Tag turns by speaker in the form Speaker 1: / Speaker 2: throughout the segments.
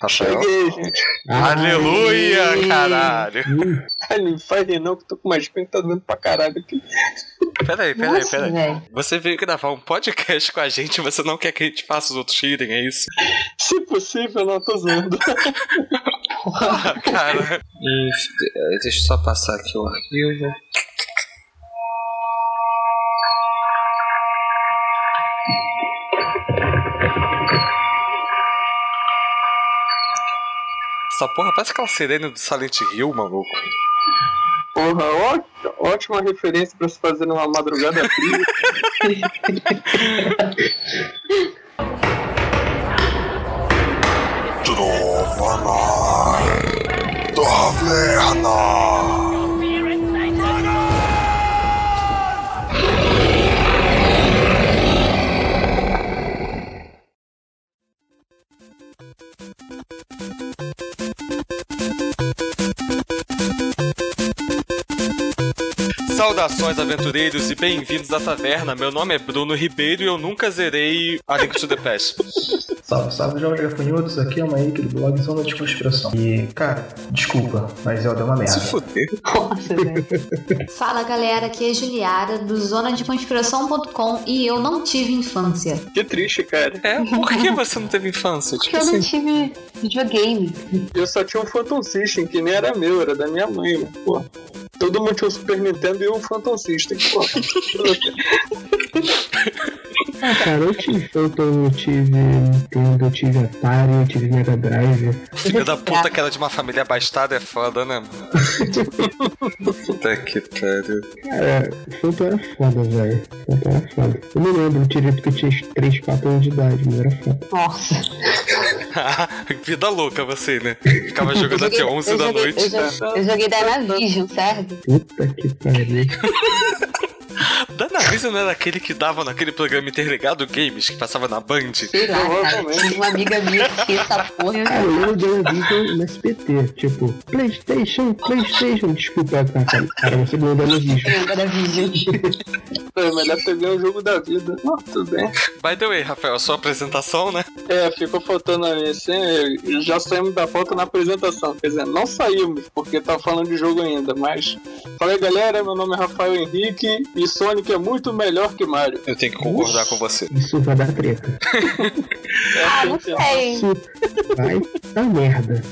Speaker 1: Rafael.
Speaker 2: Cheguei, gente.
Speaker 1: Aleluia,
Speaker 3: Ai.
Speaker 1: caralho.
Speaker 2: Ai, não faz não, que eu tô com uma espinha que tá doendo pra caralho aqui.
Speaker 1: Peraí, peraí,
Speaker 3: Nossa,
Speaker 1: peraí.
Speaker 3: velho.
Speaker 1: Você veio gravar um podcast com a gente e você não quer que a gente faça os outros rirem, é isso?
Speaker 2: Se possível, não tô usando.
Speaker 1: Ah, cara. Hum, Deixa eu só passar aqui o arquivo. Essa porra parece aquela sirene do Silent Hill, maluco.
Speaker 2: Porra, ó- ótima referência pra se fazer numa madrugada fria.
Speaker 4: Trovana Taverna
Speaker 1: Saudações, aventureiros, e bem-vindos à taverna. Meu nome é Bruno Ribeiro e eu nunca zerei A Link to the Past.
Speaker 5: Salve, salve, Jogos Gafanhotos, aqui é o Maíque do blog Zona de Conspiração. E, cara, desculpa, mas Zelda é uma merda.
Speaker 3: Nossa, velho. Fala galera, aqui é Juliara do Zona de Conspiração.com e eu não tive infância.
Speaker 2: que triste, cara.
Speaker 1: É, por que você não teve infância?
Speaker 3: Porque
Speaker 1: Tipo
Speaker 3: eu não
Speaker 1: assim,
Speaker 3: tive videogame.
Speaker 2: Eu só tinha um Phantom System, que nem era meu, era da minha mãe, mano. Pô. Todo mundo tinha um Super Nintendo e um Phantom System. Pô.
Speaker 6: Ah, cara, eu tive Phantom, eu tive Nintendo, eu tive Atari, eu tive Mega Drive.
Speaker 1: filha da puta que era de uma família abastada é foda, né? Puta que pariu.
Speaker 6: Cara, Phantom era foda, velho. Phantom era foda. Eu me lembro, eu tirei porque eu tinha 3, 4 anos de idade, mas era foda.
Speaker 3: Nossa.
Speaker 1: Vida louca você, né? Ficava jogando até 11 da
Speaker 3: joguei, Eu
Speaker 1: noite.
Speaker 3: joguei, eu joguei Dynavision, serve?
Speaker 6: Puta que pariu.
Speaker 1: Danavisa não era aquele que dava naquele programa interligado Games que passava na Band?
Speaker 3: Sei lá, cara.
Speaker 2: Provavelmente.
Speaker 3: Tinha uma amiga minha que tinha essa porra.
Speaker 6: Cara, eu lembro de uma vídeo no SPT, tipo, Playstation, Playstation. Desculpa, cara, cara, cara você não dá no vídeo.
Speaker 3: Eu era vídeo.
Speaker 2: É melhor pegar o jogo da vida. Não, tudo bem.
Speaker 1: By the way, Rafael, a sua apresentação, né?
Speaker 2: É, ficou faltando a minha senha, eu- já saímos da pauta na apresentação. Quer dizer, não saímos, porque tá falando de jogo ainda, mas. Fala aí galera, meu nome é Rafael Henrique e Sonic é muito melhor que Mario.
Speaker 1: Eu tenho que concordar com você.
Speaker 6: Isso vai dar treta.
Speaker 2: É,
Speaker 3: Ah, não
Speaker 2: assim,
Speaker 3: sei.
Speaker 6: Isso vai dar Tá merda.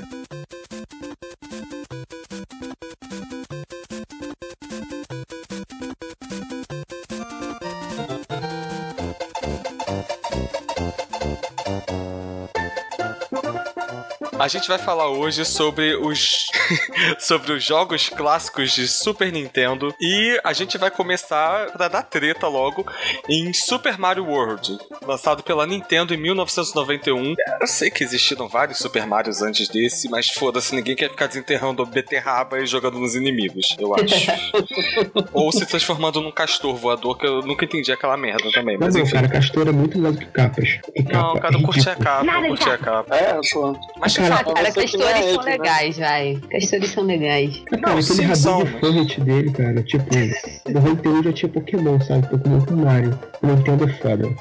Speaker 1: A gente vai falar hoje sobre os sobre os jogos clássicos de Super Nintendo e a gente vai começar pra dar treta logo em Super Mario World, lançado pela Nintendo em 1991. Eu sei que existiram vários Super Marios antes desse, mas foda-se, ninguém quer ficar desenterrando beterraba e jogando nos inimigos, eu acho. Ou se transformando num castor voador, que eu nunca entendi aquela merda também,
Speaker 6: Mas
Speaker 1: mas
Speaker 6: não,
Speaker 1: enfim.
Speaker 6: cara, Castor é muito melhor do que capas. E
Speaker 1: Não,
Speaker 6: capa é
Speaker 1: cara, eu curti a
Speaker 6: ridículo.
Speaker 1: capa, eu curti a capa.
Speaker 2: É, pô.
Speaker 1: Mas tipo,
Speaker 3: Ah,
Speaker 2: Pra
Speaker 3: cara,
Speaker 2: você que não é
Speaker 3: castores são
Speaker 2: Ed, né?
Speaker 3: legais, vai. Castores são legais.
Speaker 6: Cara,
Speaker 1: Não,
Speaker 6: aquele
Speaker 1: sim, são,
Speaker 6: rabinho de
Speaker 1: mas-
Speaker 6: foguete dele, cara, tipo, o é tipo, Nintendo já tinha Pokémon, sabe? Pokémon com Mario. O Nintendo é foda.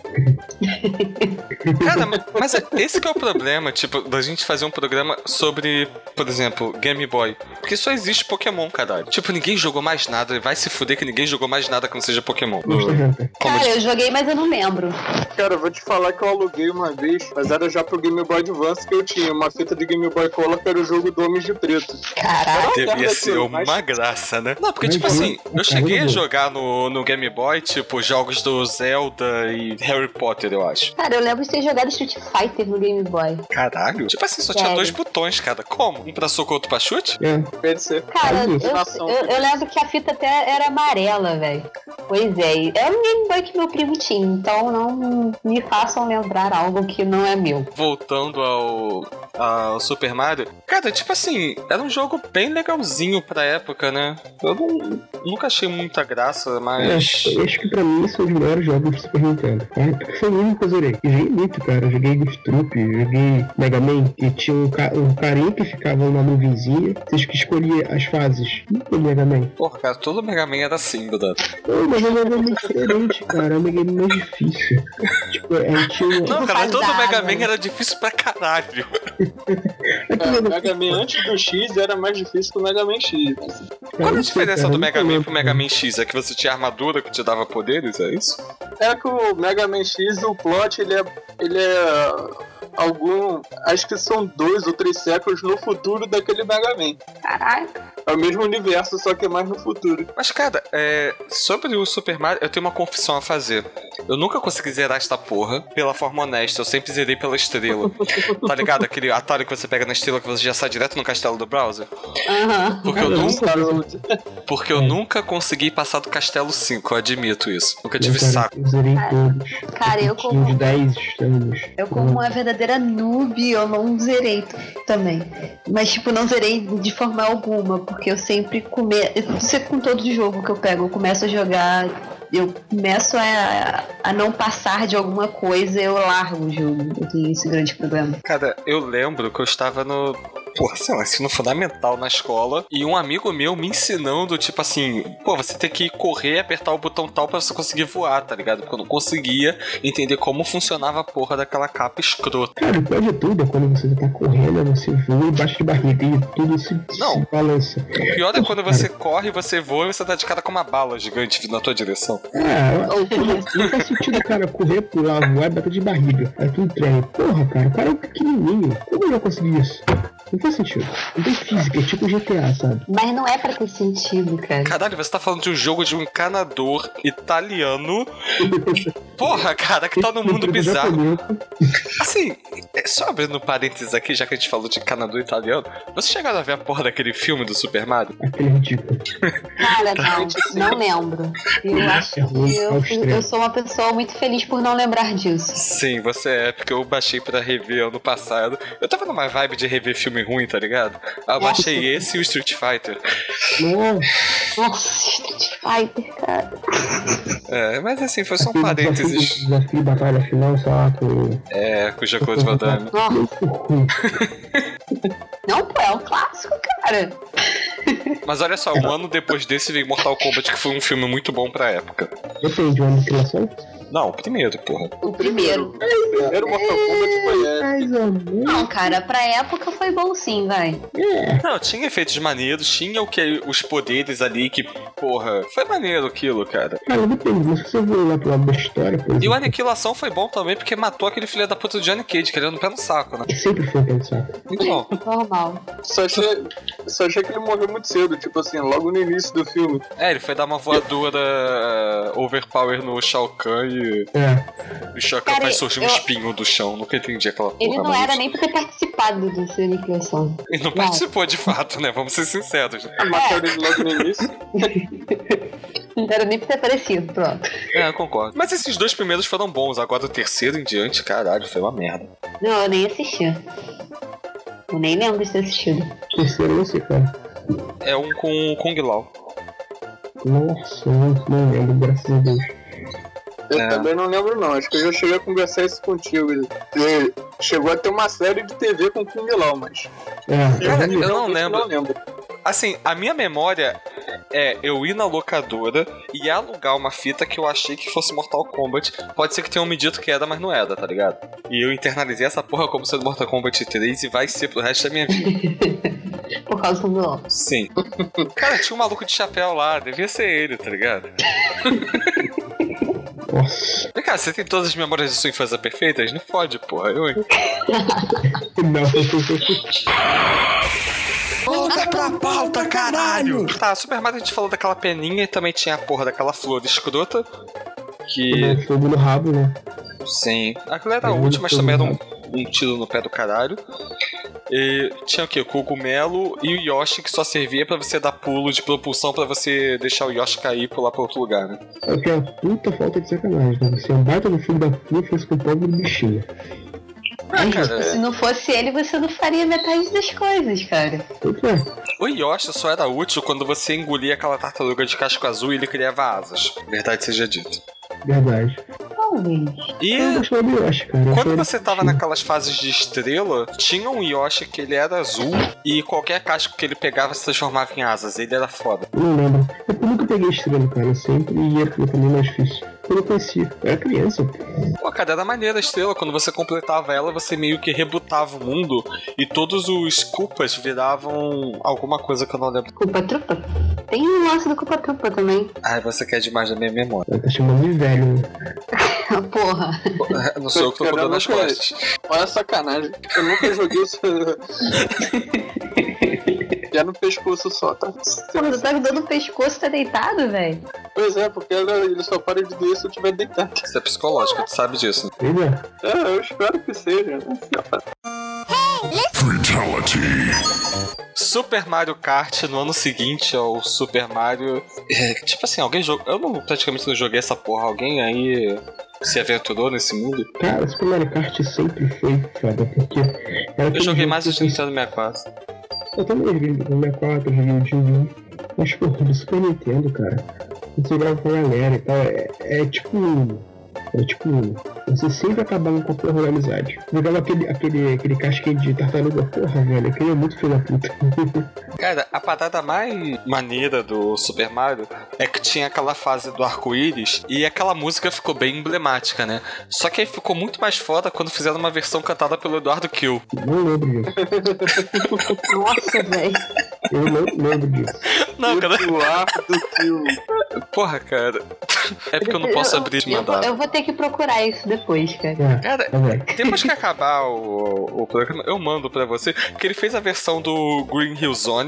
Speaker 1: Cara, ma- mas é- esse que é o problema, tipo, da gente fazer um programa sobre, por exemplo, Game Boy. Porque só existe Pokémon, caralho. Tipo, ninguém jogou mais nada. e Vai se fuder que ninguém jogou mais nada que não seja Pokémon.
Speaker 6: Monster Hunter.
Speaker 1: Como assim?
Speaker 3: Cara, eu joguei, mas eu não lembro.
Speaker 2: Cara, eu vou te falar que eu aluguei uma vez, mas era já pro Game Boy Advance que eu tinha, uma fita de Game Boy Color que era o jogo do Homem de Preto.
Speaker 3: Caraca.
Speaker 1: Devia
Speaker 2: Cara,
Speaker 1: ser
Speaker 2: aquilo, mas-
Speaker 1: uma graça, né? Não, porque,
Speaker 6: Mas
Speaker 1: tipo
Speaker 6: eu-
Speaker 1: assim, eu
Speaker 6: eu
Speaker 1: cheguei a
Speaker 6: joguei.
Speaker 1: jogar no, no Game Boy, tipo, jogos do Zelda e Harry Potter, eu acho.
Speaker 3: Cara, eu lembro de ter jogado Street Fighter no Game Boy.
Speaker 1: Caralho. Tipo assim, só tinha
Speaker 3: Sério.
Speaker 1: dois botões, cara. Como? Um pra soco, outro pra chute?
Speaker 6: É,
Speaker 2: Pode ser.
Speaker 3: Cara, eu,
Speaker 2: Nossa.
Speaker 3: eu- eu lembro que a fita até era amarela, velho. Pois é, e era um Game Boy que meu primo tinha, então não me façam lembrar algo que não é meu.
Speaker 1: voltando ao, ao Super Mario, cara, tipo assim, era um jogo bem legalzinho pra época, né? Eu não- nunca achei muita graça,
Speaker 6: é,
Speaker 1: mas.
Speaker 6: eu acho que pra mim são os melhores jogos do Super Nintendo. É, foi o único que eu zerei. E Joguei muito, cara. Joguei Goof Troop, joguei Mega Man, que tinha um, ca um carinha que ficava na nuvenzinha. Vocês que escolhia as fases do Mega Man.
Speaker 1: Porra, cara, todo Mega Man era assim, Duda.
Speaker 6: Não, mas é um Mega Man diferente, cara. É um Mega Man mais difícil. Tipo, É, tinha uma-
Speaker 1: Não, cara, todo
Speaker 7: Faz
Speaker 1: Mega
Speaker 7: água.
Speaker 1: Man era difícil pra caralho.
Speaker 2: É, o Mega Man antes do X era mais difícil que o Mega Man X. Mas
Speaker 1: Qual
Speaker 6: Cara,
Speaker 1: a
Speaker 6: É, eu
Speaker 1: diferença
Speaker 6: sei,
Speaker 1: do
Speaker 6: cara,
Speaker 1: Mega
Speaker 6: eu
Speaker 1: Man
Speaker 6: não
Speaker 1: pro Mega Man X? É que você tinha armadura que te dava poderes, é isso?
Speaker 2: É que o Mega Man X, o plot, ele é. Ele é algum. Acho que são dois ou três séculos no futuro daquele Mega Man.
Speaker 7: Caralho.
Speaker 2: É o mesmo universo, só que é mais no futuro.
Speaker 1: Mas, cara, é, sobre o Super Mario, eu tenho uma confissão a fazer. Eu nunca consegui zerar esta porra pela forma honesta, eu sempre zerei pela estrela. tá ligado? Aquele atalho que você pega na estrela que você já sai direto no castelo do browser.
Speaker 7: Aham.
Speaker 1: Porque eu,
Speaker 6: Caramba. É.
Speaker 1: nun-
Speaker 2: Star Road.
Speaker 1: porque eu nunca consegui passar do castelo 5, eu admito isso. Nunca tive
Speaker 6: cara,
Speaker 1: saco.
Speaker 6: Eu um zerei todos.
Speaker 7: Cara, eu
Speaker 6: tinha
Speaker 7: como-
Speaker 6: uns 10 estamos.
Speaker 7: Eu, como uma verdadeira noob, eu não zerei t- também. Mas, tipo, não zerei de forma alguma, porque eu sempre come... eu- sempre com todo jogo que eu pego, eu começo a jogar, eu começo a, a não passar de alguma coisa, eu largo o jogo. Eu tenho esse grande problema.
Speaker 1: Cara, eu lembro que eu estava no. Porra, sei lá, ensino fundamental na escola. E um amigo meu me ensinando, tipo assim, pô, você tem que correr e apertar o botão tal pra você conseguir voar, tá ligado? Porque eu não conseguia entender como funcionava a porra daquela capa escrota.
Speaker 6: Cara, o pior de tudo é quando você tá correndo, você voa embaixo de barriga e tudo se,
Speaker 1: Não.
Speaker 6: se balança.
Speaker 1: O pior é quando você corre, você voa e você tá de cara com uma bala gigante vindo na tua direção.
Speaker 6: É, eu- não faz sentido o cara correr, pular, voar e bater de barriga. Aí tu treina. Porra, cara, o cara é um pequenininho. Como eu já consegui isso? Não faz sentido. Não tem física, é tipo GTA, sabe?
Speaker 7: Mas não é pra ter sentido, cara.
Speaker 1: Caralho, você tá falando de um jogo de um encanador italiano. Porra, cara, que tá num mundo bizarro. Assim, é, só abrindo um parênteses aqui, já que a gente falou de canador italiano, vocês chegaram a ver a porra daquele filme do Super Mario?
Speaker 6: Aquele ridículo.
Speaker 7: Cara, não, não lembro. Eu acho que eu, eu sou uma pessoa muito feliz por não lembrar disso.
Speaker 1: Sim, você é, porque eu baixei pra rever ano passado. Eu tava numa vibe de rever filme ruim, tá ligado? Aí eu
Speaker 7: Nossa.
Speaker 1: baixei esse e o Street Fighter.
Speaker 6: Nossa,
Speaker 7: Nossa, Street Fighter, cara.
Speaker 1: É, mas assim, foi só um
Speaker 6: aquele desafio,
Speaker 1: parênteses
Speaker 6: desafio batalha final, sei lá, com...
Speaker 1: é, com o Jean-Claude Van Damme.
Speaker 7: Nossa.
Speaker 6: Muito ruim.
Speaker 7: Não, pô, é um clássico, cara.
Speaker 1: Mas olha só, um ano depois desse veio Mortal Kombat, que foi um filme muito bom pra época.
Speaker 6: Depende, uma aniquilação?
Speaker 1: Não, o primeiro, porra.
Speaker 7: O primeiro.
Speaker 2: O primeiro Mortal Kombat foi é, esse.
Speaker 6: É, Mais ou menos.
Speaker 7: Não, cara, pra época foi bom sim, vai.
Speaker 6: É,
Speaker 1: Não, tinha efeitos maneiros, tinha o que os poderes ali que, porra, foi maneiro aquilo, cara.
Speaker 6: cara, depende. Mas se você for lá pro lado da história, por
Speaker 1: E o
Speaker 6: exemplo,
Speaker 1: Aniquilação foi bom também porque matou aquele filho da puta do Johnny Cage, querendo pé no saco, né?
Speaker 6: sempre foi pensar.
Speaker 1: Muito bom.
Speaker 7: Normal.
Speaker 2: Só achei, só achei que ele morreu muito cedo, tipo assim, logo no início do filme.
Speaker 1: É, ele foi dar uma voadora eh, overpower no Shao Kahn e
Speaker 6: É,
Speaker 1: o Shao Kahn
Speaker 7: Cara,
Speaker 1: faz surgir um
Speaker 7: eu-
Speaker 1: espinho do chão. Nunca entendi aquela porra.
Speaker 7: Ele não
Speaker 1: mas-
Speaker 7: era nem pra ter participado desse aniquilação.
Speaker 1: Ele não
Speaker 7: Não.
Speaker 1: participou de fato, né? Vamos ser sinceros.
Speaker 2: Mataram ele logo no início.
Speaker 7: Não era nem pra ter aparecido, pronto.
Speaker 1: É, eu concordo. Mas esses dois primeiros foram bons. Agora o terceiro em diante, caralho, foi uma merda.
Speaker 7: Não, eu nem assisti. Eu né? nem lembro de ter assistido.
Speaker 6: terceiro é esse, cara.
Speaker 1: É um com o Kung Lao.
Speaker 6: Nossa, não, não lembro, graças a Deus.
Speaker 2: Eu
Speaker 1: É.
Speaker 2: também não lembro não, acho que eu já cheguei a conversar isso contigo. E Chegou a ter uma série de TV com Kung Lao, mas.
Speaker 6: É,
Speaker 1: Cara,
Speaker 6: eu
Speaker 1: eu- não
Speaker 6: lembro.
Speaker 2: realmente
Speaker 1: lembro.
Speaker 2: Não lembro.
Speaker 1: Assim, a minha memória é eu ir na locadora e alugar uma fita que eu achei que fosse Mortal Kombat. Pode ser que tenham me dito que era, mas não era, tá ligado? E eu internalizei essa porra como sendo Mortal Kombat 3 e vai ser pro resto da minha vida.
Speaker 7: Por causa do LOL.
Speaker 1: Sim. Cara, tinha um maluco de chapéu lá, devia ser ele, tá ligado?
Speaker 6: Nossa,
Speaker 1: Vem cá, você tem todas as memórias de sua infância perfeitas? Não fode, porra. Eu, hein?
Speaker 6: não.
Speaker 8: Volta pra pauta, caralho!
Speaker 1: Tá, Super Mario a gente falou daquela peninha e também tinha a porra daquela flor escrota. Que.
Speaker 6: Fogo no rabo, né?
Speaker 1: Sim. Aquilo era
Speaker 6: Tem
Speaker 1: útil,
Speaker 6: muito
Speaker 1: mas também era um
Speaker 6: rabo.
Speaker 1: um tiro no pé do caralho. E tinha o quê? O cogumelo e o Yoshi que só servia pra você dar pulo de propulsão pra você deixar o Yoshi cair e pular pra outro lugar, né?
Speaker 6: É que é a puta falta de sacanagem, né? Você é um baita no filho da puta fez com o pobre bichinho.
Speaker 1: Ah, cara,
Speaker 7: Se não fosse ele, você não faria metade das coisas, cara.
Speaker 6: Pois é,
Speaker 1: o Yoshi só era útil quando você engolia aquela tartaruga de casco azul e ele criava asas. Verdade seja dito.
Speaker 6: verdade.
Speaker 7: Talvez.
Speaker 6: Eu
Speaker 1: E
Speaker 6: gostava do Yoshi, cara. Eu
Speaker 1: É. quando
Speaker 6: achava-
Speaker 1: você tava naquelas fases de estrela, tinha um Yoshi que ele era azul e qualquer casco que ele pegava se transformava em asas. Ele era foda.
Speaker 6: Eu Não lembro. Eu nunca peguei estrela, cara. Eu sempre ia pro caminho mais difícil. eu não conhecia. Eu era criança.
Speaker 1: Pô, cara, era maneira a estrela. Quando você completava ela, você meio que rebutava o mundo e todos os culpas viravam alguma coisa que eu não lembro.
Speaker 3: Culpa Trupa? Tem um lance do Culpa Trupa também.
Speaker 1: Ai, você quer demais da minha memória.
Speaker 6: Ela tá chamando de velho.
Speaker 3: Porra.
Speaker 1: Não sou eu que tô
Speaker 2: Cara, eu
Speaker 1: mudando as
Speaker 2: nunca-
Speaker 1: costas.
Speaker 2: Olha a sacanagem. Eu nunca joguei isso. Já no pescoço só, tá?
Speaker 3: Porra, tu tá dando o pescoço, tá deitado, velho?
Speaker 2: Pois é, porque ela- ele só para de doer se eu tiver deitado.
Speaker 1: Isso é psicológico, tu sabe disso.
Speaker 6: Entendeu?
Speaker 2: É, eu espero que seja, né?
Speaker 1: Super Mario Kart no ano seguinte ao Super Mario. É, tipo assim, alguém jogou. Eu não, praticamente não joguei essa porra. Alguém aí se aventurou nesse mundo?
Speaker 6: Cara, Super Mario Kart sempre foi foda, porque... Era
Speaker 1: Eu
Speaker 6: aquele
Speaker 1: joguei
Speaker 6: jogo
Speaker 1: mais assim.
Speaker 6: que
Speaker 1: os
Speaker 6: você-
Speaker 1: Nintendo 64.
Speaker 6: Eu também joguei no 64, joguei no Tio Wii. Mas, porra, do Super Nintendo, cara. Você jogava com a galera e tal. É, é tipo um. É tipo um. Você sempre acabava com a porra da amizade. Jogava aquele, aquele, aquele casquinho de tartaruga. Porra, velho, aquele é muito filho da puta.
Speaker 1: Cara, a parada mais maneira do Super Mario é que tinha aquela fase do arco-íris e aquela música ficou bem emblemática, né? Só que aí ficou muito mais foda quando fizeram uma versão cantada pelo Eduardo Kill.
Speaker 6: Não lembro disso.
Speaker 3: Nossa, velho.
Speaker 6: Eu não lembro disso.
Speaker 1: Não, cara.
Speaker 2: Eduardo Kill.
Speaker 1: Porra, cara. É porque eu não posso abrir e te
Speaker 3: eu-
Speaker 1: mandar.
Speaker 3: Eu vou ter que procurar isso depois, cara.
Speaker 6: É,
Speaker 1: Cara,
Speaker 6: é, velho.
Speaker 1: Depois que acabar o, o programa, eu mando pra você que ele fez a versão do Green Hill Zone.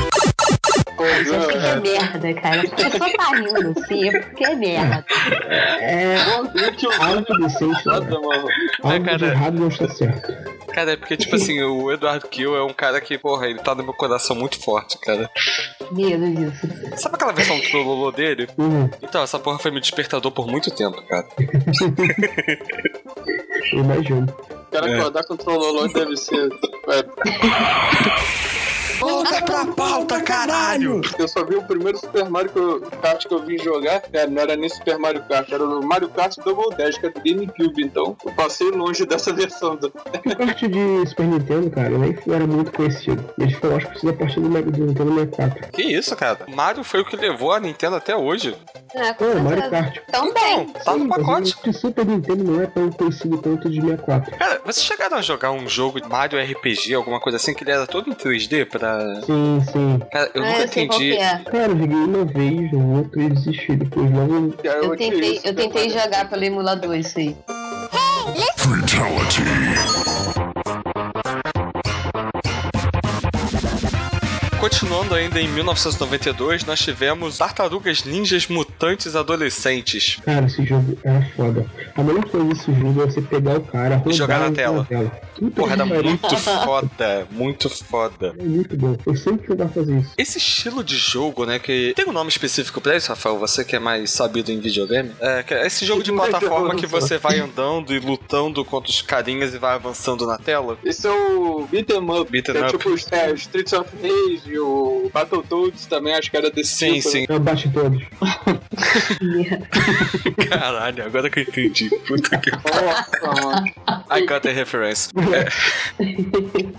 Speaker 3: Isso eu sei que
Speaker 2: Porra,
Speaker 3: é merda, cara. Porque a pessoa tá rindo assim, é porque é merda.
Speaker 6: É. Algo decente, velho.
Speaker 2: Nada, mano.
Speaker 1: É,
Speaker 6: Algo
Speaker 1: cara.
Speaker 6: de errado não está certo.
Speaker 1: Cara, é porque, tipo assim, o Eduardo Kill é um cara que, porra, ele tá no meu coração muito forte, cara.
Speaker 3: Medo disso.
Speaker 1: Sabe aquela versão do Lolo dele?
Speaker 6: Uhum.
Speaker 1: Então, essa porra foi meu despertador por muito tempo, cara.
Speaker 6: Eu imagino.
Speaker 2: O
Speaker 3: É.
Speaker 2: cara acordar com o Trololó deve ser. É,
Speaker 4: Volta pra pauta, caralho!
Speaker 2: eu só vi o primeiro Super Mario que eu- Kart que eu vim jogar. Cara, não era nem Super Mario Kart, era o Mario Kart Double Dash, que é do GameCube. Então eu passei longe dessa versão. Do...
Speaker 6: O kart de Super Nintendo, cara, nem era muito conhecido. Ele ficou, acho que precisa partir do Mega- do Nintendo 64.
Speaker 1: Que isso, cara? Mario foi o que levou a Nintendo até hoje.
Speaker 3: É,
Speaker 6: Pô, Mario Kart.
Speaker 3: Também.
Speaker 1: Tá no
Speaker 6: Sim, mas
Speaker 1: pacote.
Speaker 6: o de Super Nintendo não é tão conhecido quanto o de 64.
Speaker 1: Cara, vocês chegaram a jogar um jogo de Mario RPG, alguma coisa assim, que ele era todo em 3D pra.
Speaker 6: Sim, sim.
Speaker 1: Cara, eu
Speaker 3: Ah,
Speaker 1: nunca
Speaker 3: sei qual
Speaker 1: entendi.
Speaker 3: que é.
Speaker 6: Cara, eu joguei uma vez, um outro e desisti. Depois logo.
Speaker 2: Cara,
Speaker 3: Eu
Speaker 2: odiei
Speaker 3: tentei,
Speaker 2: esse
Speaker 3: eu
Speaker 2: Super
Speaker 3: tentei
Speaker 2: Mario.
Speaker 3: jogar pelo emulador isso aí.
Speaker 1: Continuando ainda em 1992, nós tivemos Tartarugas Ninjas Mutantes Adolescentes.
Speaker 6: Cara, esse jogo era foda. A melhor coisa desse jogo é você pegar o cara, rodar
Speaker 1: jogar na
Speaker 6: ele
Speaker 1: tela.
Speaker 6: Puta
Speaker 1: Porra, era
Speaker 6: que pariu,
Speaker 1: muito foda, muito foda.
Speaker 6: É muito bom. Eu sempre jogava fazer isso.
Speaker 1: Esse estilo de jogo, né, que... Tem um nome específico pra isso, Rafael? Você que é mais sabido em videogame? É, que é esse jogo de
Speaker 2: Não,
Speaker 1: plataforma
Speaker 2: não
Speaker 1: que
Speaker 2: sei.
Speaker 1: você vai andando e lutando contra os carinhas e vai avançando na tela.
Speaker 2: Esse é o Beat 'em Up.
Speaker 1: Beat 'em
Speaker 2: que é
Speaker 1: up.
Speaker 2: tipo os é, Streets of Rage, o Battletoads também, acho que era desse
Speaker 1: Sim,
Speaker 2: tipo, né?
Speaker 1: sim.
Speaker 6: Eu bate todos.
Speaker 1: Caralho, agora que eu entendi. Puta que...
Speaker 2: Nossa, mano.
Speaker 1: I got the reference.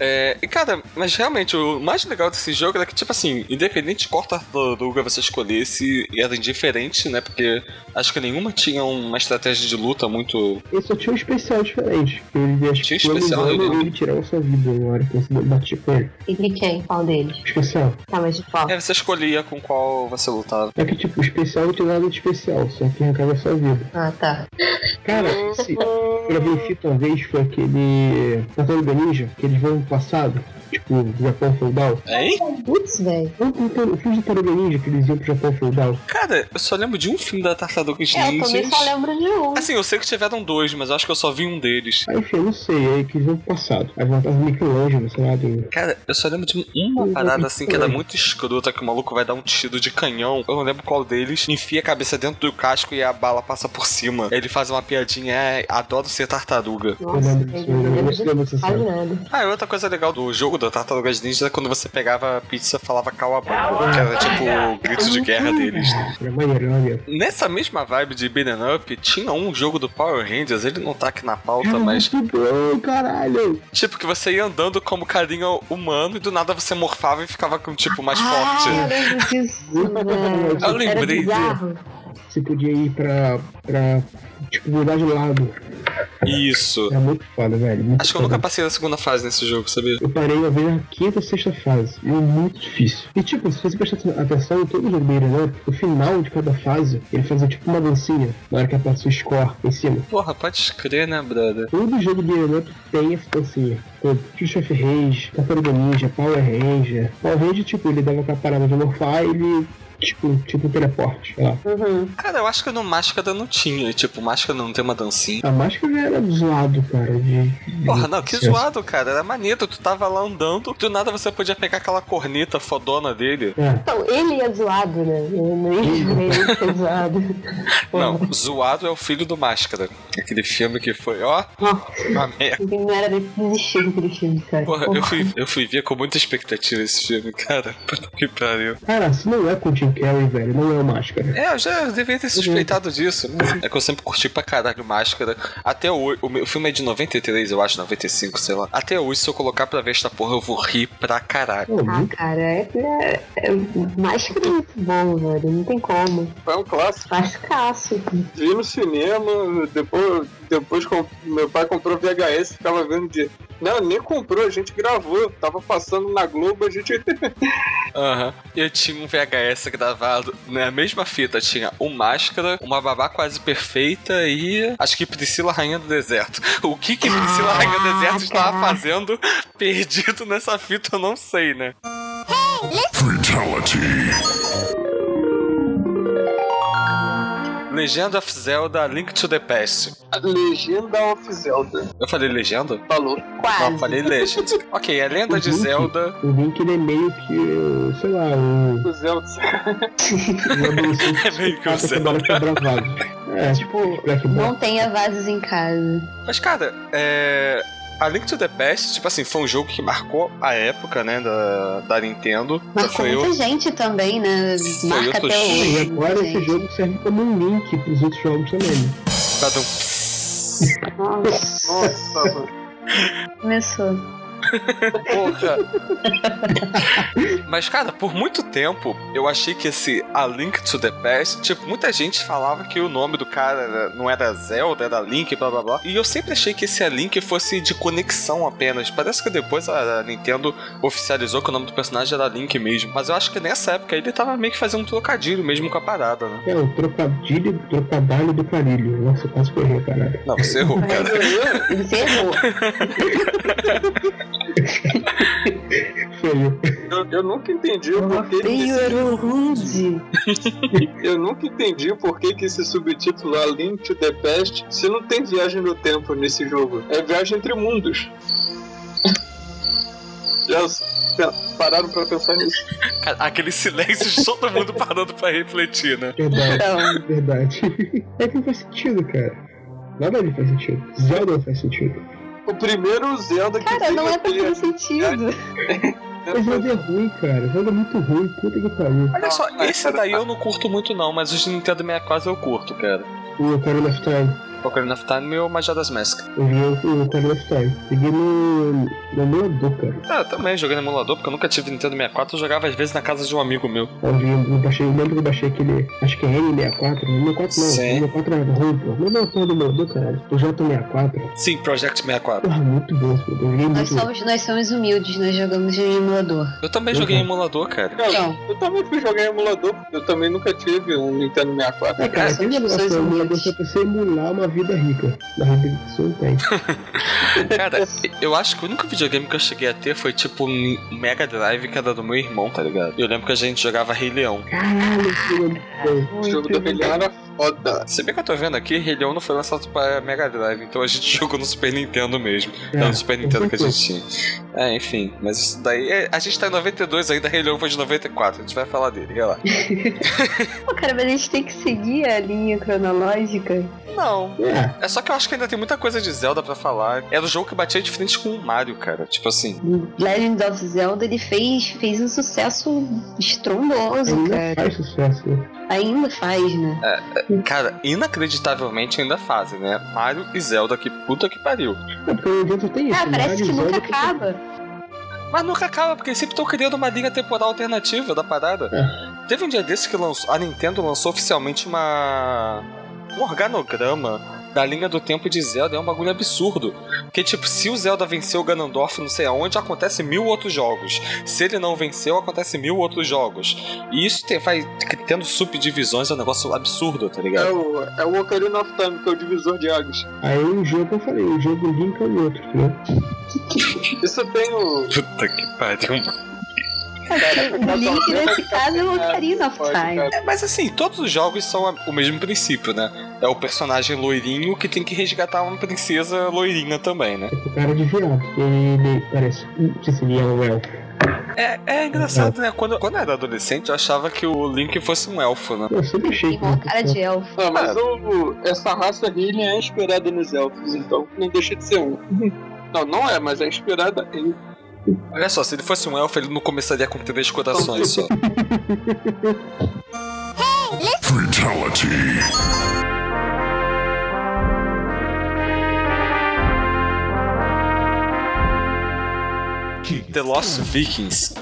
Speaker 1: É, e cara, mas realmente o mais legal desse jogo era que, tipo assim, independente de qual tartaruga você escolhesse, era indiferente, né? Porque acho que nenhuma tinha uma estratégia de luta muito.
Speaker 6: Ele só tinha um especial diferente. Ele acho
Speaker 1: Tinha
Speaker 6: que
Speaker 1: um
Speaker 6: quando
Speaker 1: especial,
Speaker 6: engana,
Speaker 1: né?
Speaker 6: ele tirava sua vida na hora que você batia com ele.
Speaker 3: E de quem? Qual deles?
Speaker 6: Especial.
Speaker 3: Tá, mas de qual?
Speaker 1: É, você escolhia com qual você lutava.
Speaker 6: É que tipo, o especial não tinha nada de especial, só que arrancava sua vida.
Speaker 3: Ah, tá.
Speaker 6: Cara, se eu gravei um filme uma vez foi aquele Tartaruga Ninja, que eles vão no passado, tipo Japão feudal.
Speaker 1: Hein?
Speaker 3: Putz, velho.
Speaker 6: Não, tem o filme de Tartaruga Ninja que eles iam pro Japão feudal.
Speaker 1: Cara, eu só lembro de um filme da Tartarugas
Speaker 3: É, eu também
Speaker 1: Ninjas.
Speaker 3: só lembro de um.
Speaker 1: Assim, eu sei que tiveram dois, mas eu acho que eu só vi um deles.
Speaker 6: Aí, enfim, eu não sei, aí que eles vão pro passado. Aí voltava o Michelangelo, sei lá, do...
Speaker 1: Cara, eu só lembro de uma parada assim que era muito escrota, que o maluco vai dar um tiro de canhão. Eu não lembro qual deles. Enfia a cabeça dentro do casco e a bala passa por cima. Ele faz uma piadinha, é, adoro ser tartaruga.
Speaker 6: Eu
Speaker 3: Nossa,
Speaker 6: lembro disso,
Speaker 3: velho, não
Speaker 6: eu
Speaker 3: lembro
Speaker 6: lembro
Speaker 3: de
Speaker 6: dessa cena.
Speaker 3: quase nada.
Speaker 1: Ah, e outra coisa legal do jogo da Tartarugas Ninja quando você pegava a pizza falava Kawabanga, que era tipo o grito de guerra deles.
Speaker 6: Era maneiro, maneiro.
Speaker 1: Nessa mesma vibe de Beaten Up, tinha um jogo do Power Rangers, ele não tá aqui na pauta, mas
Speaker 6: Que bom, caralho.
Speaker 1: tipo que você ia andando como carinha humano e do nada você morfava e ficava com tipo mais forte.
Speaker 3: Ah, eu lembro disso, mano.
Speaker 1: Eu lembrei
Speaker 3: Era bizarro.
Speaker 6: Você podia ir pra. pra tipo, mudar de lado.
Speaker 1: Isso.
Speaker 6: Era muito foda, velho. Muito
Speaker 1: Acho que eu
Speaker 6: foda.
Speaker 1: nunca passei da segunda fase nesse jogo, sabia?
Speaker 6: Eu parei uma vez na quinta ou sexta fase. E é muito difícil. E tipo, se você prestar atenção em todo o jogo dele, né? O final de cada fase, ele fazia tipo uma dancinha na hora que aparece o score em cima.
Speaker 1: Porra, pode crer, né, brother?
Speaker 6: Todo jogo de Leonardo tem essa dancinha. Todo. Chief Rage, Tartaruga Ninja, Power Ranger. Power Ranger, tipo, ele dava aquela parada de morfar e ele. Tipo, tipo teleporte, sei lá.
Speaker 7: Uhum.
Speaker 1: Cara, eu acho que no Máscara não tinha. Tipo, Máscara não tem uma dancinha.
Speaker 6: A máscara já era zoado, cara. De, de-
Speaker 1: Porra, não, que
Speaker 6: de-
Speaker 1: zoado, cara. Era maneiro. Tu tava lá andando, do nada você podia pegar aquela corneta fodona dele.
Speaker 6: É,
Speaker 7: Então, ele é zoado, né? Ele, ele é zoado.
Speaker 1: Não, zoado é o filho do Máscara. Aquele filme que foi, ó, uma merda.
Speaker 7: Ele não era nem existir aquele filme, cara.
Speaker 1: Porra, eu fui, eu fui ver com muita expectativa esse filme, cara. Puta que pariu.
Speaker 6: Cara, se não é com o Jim Carrey, velho, não é o máscara.
Speaker 1: É, eu já devia ter suspeitado disso. É que eu sempre curti pra caralho Máscara. Até hoje, o, meu- o filme é de 93, eu acho, 95, sei lá. Até hoje, se eu colocar pra ver esta porra, eu vou rir pra caralho.
Speaker 6: Pô,
Speaker 7: Ah,
Speaker 6: muito
Speaker 7: cara, é, é, é máscara é muito bom, velho. Não tem como.
Speaker 2: Foi um clássico.
Speaker 7: Classicaço.
Speaker 2: Vi no cinema, depois, depois com- meu pai comprou VHS, ficava vendo de. Não, nem comprou, a gente gravou. Tava passando na Globo, a gente.
Speaker 1: Aham. Eu tinha um VHS gravado na mesma fita. Tinha o Máscara, uma babá quase perfeita e. Acho que Priscila Rainha do Deserto. O que que Priscila Rainha do Deserto estava fazendo perdido nessa fita, eu não sei, né? Legend of Zelda Link to the Past.
Speaker 2: Legenda of Zelda.
Speaker 1: Eu falei legenda?
Speaker 2: Falou.
Speaker 1: Não, eu
Speaker 7: Quase.
Speaker 1: falei legend. ok, a lenda de
Speaker 6: Uhum.
Speaker 1: Zelda.
Speaker 6: O Link, ele é meio que, sei lá, um
Speaker 2: Do Zelda.
Speaker 6: um adolescente
Speaker 1: É meio que o
Speaker 6: psicopata
Speaker 1: Zelda.
Speaker 6: agora quebra a vaga. É, tipo, Black Ball.
Speaker 3: Não tenha vasos em casa.
Speaker 1: Mas, cara, é. A Link to the Past, tipo assim, foi um jogo que marcou a época, né, da, da Nintendo.
Speaker 3: Mas
Speaker 1: foi
Speaker 3: com muita
Speaker 1: eu.
Speaker 3: gente também, né?
Speaker 1: Foi
Speaker 3: Marca
Speaker 1: outro
Speaker 3: até
Speaker 1: jogo.
Speaker 3: hoje. né?
Speaker 6: E agora
Speaker 3: muita
Speaker 6: esse
Speaker 3: gente.
Speaker 6: jogo serve como um link pros outros jogos também. né?
Speaker 1: Cada um-
Speaker 2: Nossa, mano.
Speaker 3: Começou.
Speaker 1: Porra. Mas, cara, por muito tempo eu achei que esse A Link to the Past, tipo, muita gente falava que o nome do cara era- não era Zelda, era Link, blá blá blá. E eu sempre achei que esse A Link fosse de conexão apenas. Parece que depois a a Nintendo oficializou que o nome do personagem era Link mesmo. Mas eu acho que nessa época ele tava meio que fazendo um trocadilho mesmo com a parada, né?
Speaker 6: É o trocadilho, trocadalho do carilho. Nossa, eu quase corri, caralho.
Speaker 1: Não, você errou, cara.
Speaker 3: Você errou.
Speaker 6: Feio.
Speaker 2: Eu, eu nunca entendi o porquê
Speaker 3: Feio
Speaker 2: desse-
Speaker 3: era o rude.
Speaker 2: Eu nunca entendi por que, que esse subtítulo A Link to the Past se não tem viagem no tempo nesse jogo. É viagem entre mundos. Já s- pe- pararam pra pensar nisso?
Speaker 1: Cara, Aquele silêncio de todo mundo parando pra refletir, né?
Speaker 6: Verdade,
Speaker 3: Então,
Speaker 6: verdade. É que não faz sentido, cara. Nada ali faz sentido. Zelda não faz sentido.
Speaker 2: O primeiro Zelda que
Speaker 3: cara,
Speaker 2: tem
Speaker 3: não é pra
Speaker 2: aquele-
Speaker 3: fazer sentido.
Speaker 6: Mas Zelda é ruim, cara. Zelda é muito ruim. Puta que pariu.
Speaker 1: Olha só,
Speaker 2: Nossa,
Speaker 1: esse
Speaker 2: cara.
Speaker 1: daí eu não curto muito não, mas os de Nintendo 64 eu curto, cara.
Speaker 6: O Ocarina of Time.
Speaker 1: Ocarina of Time e o Majora's Mask.
Speaker 6: Eu vi o Ocarina of Time. Peguei no... No emulador, cara.
Speaker 1: Ah, eu também joguei no emulador, porque eu nunca tive Nintendo 64, eu jogava às vezes na casa de um amigo meu.
Speaker 6: Eu vi, eu baixei, eu lembro que eu baixei aquele, acho que é N64, não, 64 não,
Speaker 1: Sim.
Speaker 6: 64 era ruim, pô. Não, não, porra do meu, do caralho. O J64,
Speaker 1: Sim, Project 64.
Speaker 6: porra, muito bom, pô. Eu joguei
Speaker 3: Nós
Speaker 6: muito.
Speaker 3: somos, nós somos humildes, nós jogamos de emulador.
Speaker 1: Eu também
Speaker 6: Uhum.
Speaker 1: joguei em emulador, cara.
Speaker 2: Cara,
Speaker 3: Então.
Speaker 2: eu também fui jogar em emulador, eu também nunca tive um Nintendo 64.
Speaker 6: É, cara,
Speaker 3: Nós somos
Speaker 6: tem negócio,
Speaker 3: pessoas
Speaker 6: o emulador
Speaker 3: humildes.
Speaker 6: só pra você emular uma vida rica. Na vida que você não tem.
Speaker 1: Cara, eu acho que o único videogame que eu cheguei a ter foi tipo um Mega Drive, que era do meu irmão, tá ligado? Eu lembro que a gente jogava Rei Leão.
Speaker 6: Caralho, que jogo é bom.
Speaker 2: O jogo tá do Rei Leão era foda.
Speaker 1: Se bem que eu tô vendo aqui, Rei Leão não foi lançado pra Mega Drive, então a gente jogou no Super Nintendo mesmo.
Speaker 6: É,
Speaker 1: não, no Super Nintendo que a
Speaker 6: certeza.
Speaker 1: gente tinha. É, enfim, mas isso daí. é- a gente tá em 92 ainda, Rei Leão foi de 94, a gente vai falar dele, olha lá.
Speaker 7: Pô, cara, mas a gente tem que seguir a linha cronológica.
Speaker 1: Não.
Speaker 6: É,
Speaker 1: É só que eu acho que ainda tem muita coisa de Zelda pra falar. Era o jogo que batia de frente com o Mario, cara. Tipo assim.
Speaker 7: Legend of Zelda, ele fez, fez um sucesso estrondoso,
Speaker 6: ainda
Speaker 7: cara.
Speaker 6: faz sucesso. né?
Speaker 7: Ainda faz, né?
Speaker 1: Cara, inacreditavelmente ainda fazem, né? Mario e Zelda, que puta que pariu.
Speaker 6: É porque o evento tem isso.
Speaker 7: Ah, parece
Speaker 6: vários
Speaker 7: que nunca
Speaker 6: jogos-
Speaker 7: acaba.
Speaker 1: Mas nunca acaba, porque sempre estão criando uma linha temporal alternativa da parada. Teve um dia desse que lançou, a Nintendo lançou oficialmente uma. um organograma da linha do tempo de Zelda. É um bagulho absurdo. Porque, tipo, se o Zelda venceu o Ganondorf não sei aonde, acontece mil outros jogos. Se ele não venceu, acontece mil outros jogos. E isso te- vai tendo subdivisões, é um negócio absurdo, tá ligado?
Speaker 2: É o, é o Ocarina of Time, que é o divisor de águas.
Speaker 6: Aí o jogo que eu falei, o jogo ninguém com o outro, entendeu?
Speaker 2: Isso tem o.
Speaker 1: Puta que pariu,
Speaker 6: tá
Speaker 7: O link
Speaker 3: tá
Speaker 7: nesse caso é o Ocarina of
Speaker 2: Pode,
Speaker 7: Time.
Speaker 2: cara.
Speaker 1: Mas assim, todos os jogos são a- o mesmo princípio, né? É o personagem loirinho que tem que resgatar uma princesa loirinha também, né?
Speaker 6: O cara de viado, que ele parece. Não sei se ele é um elfo.
Speaker 1: É, é engraçado, né? Quando, quando eu era adolescente, eu achava que o Link fosse um elfo, né?
Speaker 6: Não, Eu sempre achei
Speaker 7: Tem
Speaker 6: que.
Speaker 7: é uma cara de elfo.
Speaker 2: Não, mas o, essa raça Hylian é inspirada nos elfos, então não deixa de ser um. Não, não é, mas é inspirada em.
Speaker 1: Olha só, se ele fosse um elfo, ele não começaria com três corações só.
Speaker 9: Fatality.
Speaker 1: The Lost Vikings.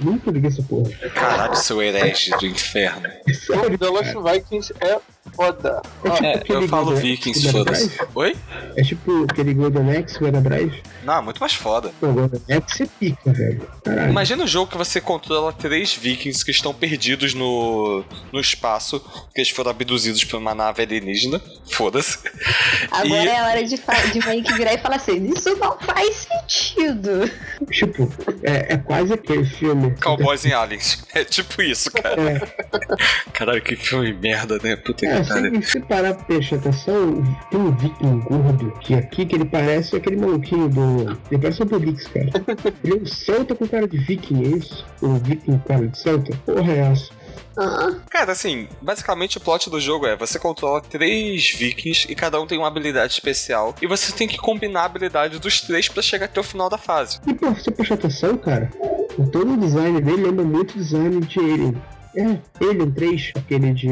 Speaker 6: Nunca liguei essa porra.
Speaker 1: Caralho, seu herege do inferno.
Speaker 6: Sério,
Speaker 2: The Lost Vikings é foda.
Speaker 6: tipo
Speaker 1: É, eu
Speaker 6: aquele
Speaker 1: falo
Speaker 6: Golden-
Speaker 1: Vikings,
Speaker 6: Golden
Speaker 1: foda-se.
Speaker 6: Drive.
Speaker 1: Oi?
Speaker 6: É tipo aquele Golden Axe, Golden Drive.
Speaker 1: Não, é muito mais foda.
Speaker 6: Pô, Golden Axe é pica, velho. Caralho.
Speaker 1: Imagina um jogo que você controla três vikings que estão perdidos no, no espaço, que eles foram abduzidos por uma nave alienígena. Foda-se.
Speaker 7: Agora
Speaker 1: E-
Speaker 7: é a hora de, fa- de meio que virar e falar assim: Isso não faz sentido.
Speaker 6: Tipo, é, é quase aquele filme.
Speaker 1: Cowboys em Aliens. É tipo isso, cara. Caralho, que filme merda, né? Puta
Speaker 6: É,
Speaker 1: que pariu.
Speaker 6: se se parar pra prestar atenção, tem um viking gordo que aqui que ele parece aquele maluquinho do. Ele parece um Obelix, cara. Ele é um celta com cara de viking, é isso? Um viking com cara de celta? Porra, é essa?
Speaker 1: Cara, assim, basicamente o plot do jogo é você controla três vikings e cada um tem uma habilidade especial. E você tem que combinar a habilidade dos três pra chegar até o final da fase.
Speaker 6: E pra você prestar atenção, cara, o todo o design dele lembra muito o design de Alien. É, Alien 3, aquele de.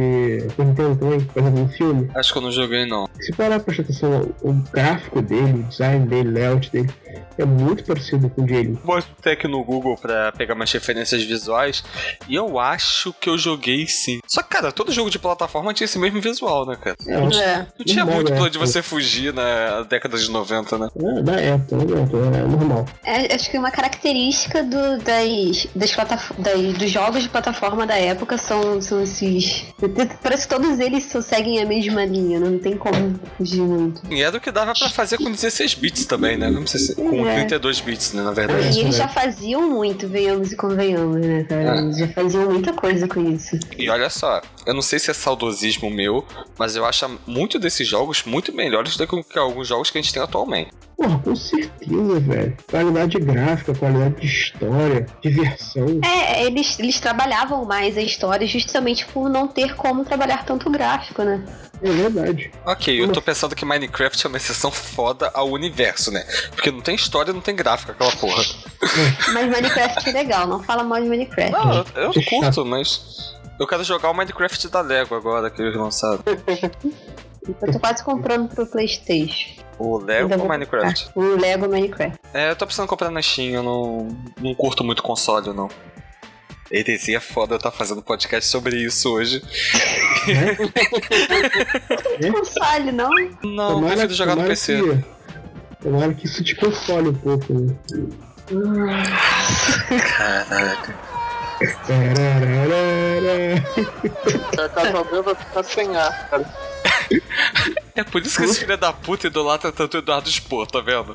Speaker 6: Nintendo também, fazendo um filme.
Speaker 1: Acho que eu não joguei, não.
Speaker 6: Se parar pra prestar atenção, o gráfico dele, o design dele, o layout dele, é muito parecido com o de Alien.
Speaker 1: Botei aqui no Google pra pegar mais referências visuais. E eu acho que eu joguei sim. Só que, cara, todo jogo de plataforma tinha esse mesmo visual, né, cara?
Speaker 6: É, eu
Speaker 7: É.
Speaker 1: Não tinha
Speaker 6: Não,
Speaker 1: muito
Speaker 6: né?
Speaker 1: plano de você fugir na década de 90, né?
Speaker 6: É, da época, não adianta, é normal.
Speaker 7: É, acho que uma característica do- das, das plataf- das- dos jogos de plataforma da época são, são esses. Parece que todos eles só seguem a mesma linha, né? não tem como fugir muito.
Speaker 1: E era o que dava pra fazer com 16 bits também, né? Não precisa ser- com
Speaker 7: É.
Speaker 1: 32 bits, né, na verdade.
Speaker 7: E
Speaker 6: isso
Speaker 7: eles já
Speaker 6: mesmo.
Speaker 7: faziam muito, venhamos e convenhamos, né, cara? Eles já faziam muita coisa com isso.
Speaker 1: E olha só, eu não sei se é saudosismo meu, mas eu acho muito desses jogos muito melhores do que alguns jogos que a gente tem atualmente.
Speaker 6: Porra, com certeza, velho. Qualidade gráfica, qualidade de história, diversão.
Speaker 7: É, eles, eles trabalhavam mais a história justamente por não ter como trabalhar tanto gráfico, né?
Speaker 6: É verdade.
Speaker 1: Ok, eu tô pensando que Minecraft é uma exceção foda ao universo, né? Porque não tem história, não tem gráfico, aquela porra.
Speaker 7: Mas Minecraft é legal, não fala mal de Minecraft.
Speaker 1: Não, Ah, eu, eu
Speaker 6: Que
Speaker 1: curto, mas. Eu quero jogar o Minecraft da Lego agora que eles lançaram.
Speaker 7: Eu tô quase comprando pro Playstation.
Speaker 1: O Lego
Speaker 7: Ainda
Speaker 1: ou
Speaker 7: vou
Speaker 1: Minecraft?
Speaker 7: comprar. O Lego Minecraft.
Speaker 1: É, eu tô precisando comprar na Steam, eu não, não curto muito console, não. ETC é foda, eu tá fazendo podcast sobre isso hoje.
Speaker 7: Console, não?
Speaker 1: Não, prefiro jogar no
Speaker 6: tomara
Speaker 1: PC.
Speaker 6: que- tomara que isso te console um pouco. né? Tararara.
Speaker 2: A Casablanca vai ficar sem ar, cara.
Speaker 1: É por isso que esse filho da puta idolatra tanto o Eduardo Spor, tá vendo?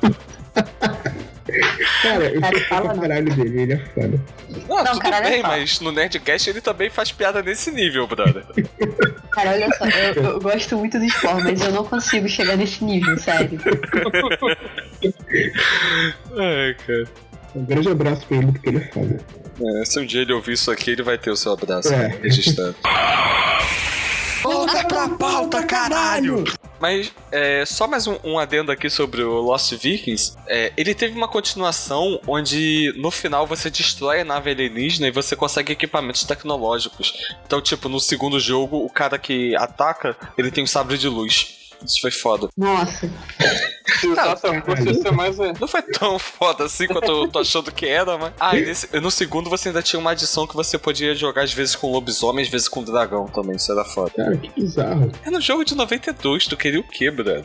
Speaker 6: Cara, eu
Speaker 7: Cara,
Speaker 6: sou fã
Speaker 7: fala
Speaker 6: pra
Speaker 7: não.
Speaker 6: caralho dele, ele é foda.
Speaker 1: Não,
Speaker 3: Não,
Speaker 1: tudo
Speaker 3: caralho, é
Speaker 1: bem,
Speaker 3: fácil.
Speaker 1: mas no Nerdcast ele também faz piada nesse nível, brother.
Speaker 3: Cara, olha só, eu, eu gosto muito do Spawn, mas eu não consigo chegar nesse nível, sério.
Speaker 1: Ai, cara.
Speaker 6: Um grande abraço pra ele, porque ele é foda.
Speaker 1: É, se um dia ele ouvir isso aqui, ele vai ter o seu abraço
Speaker 6: É.
Speaker 1: registrado.
Speaker 4: Volta pra pauta, caralho!
Speaker 1: Mas é, só mais um, um adendo aqui sobre o Lost Vikings. É, ele teve uma continuação onde no final você destrói a nave alienígena e você consegue equipamentos tecnológicos. Então, tipo, no segundo jogo, o cara que ataca, ele tem um sabre de luz. Isso foi foda.
Speaker 3: Nossa.
Speaker 2: Se usasse a força, ia ser mais. é,
Speaker 1: Não foi tão foda assim quanto eu tô achando que era, mas. Ah, e nesse- no segundo você ainda tinha uma adição que você podia jogar às vezes com lobisomem, às vezes com dragão também. Isso era foda.
Speaker 6: Cara, que bizarro.
Speaker 1: É no jogo de 92, tu queria o quê, brother?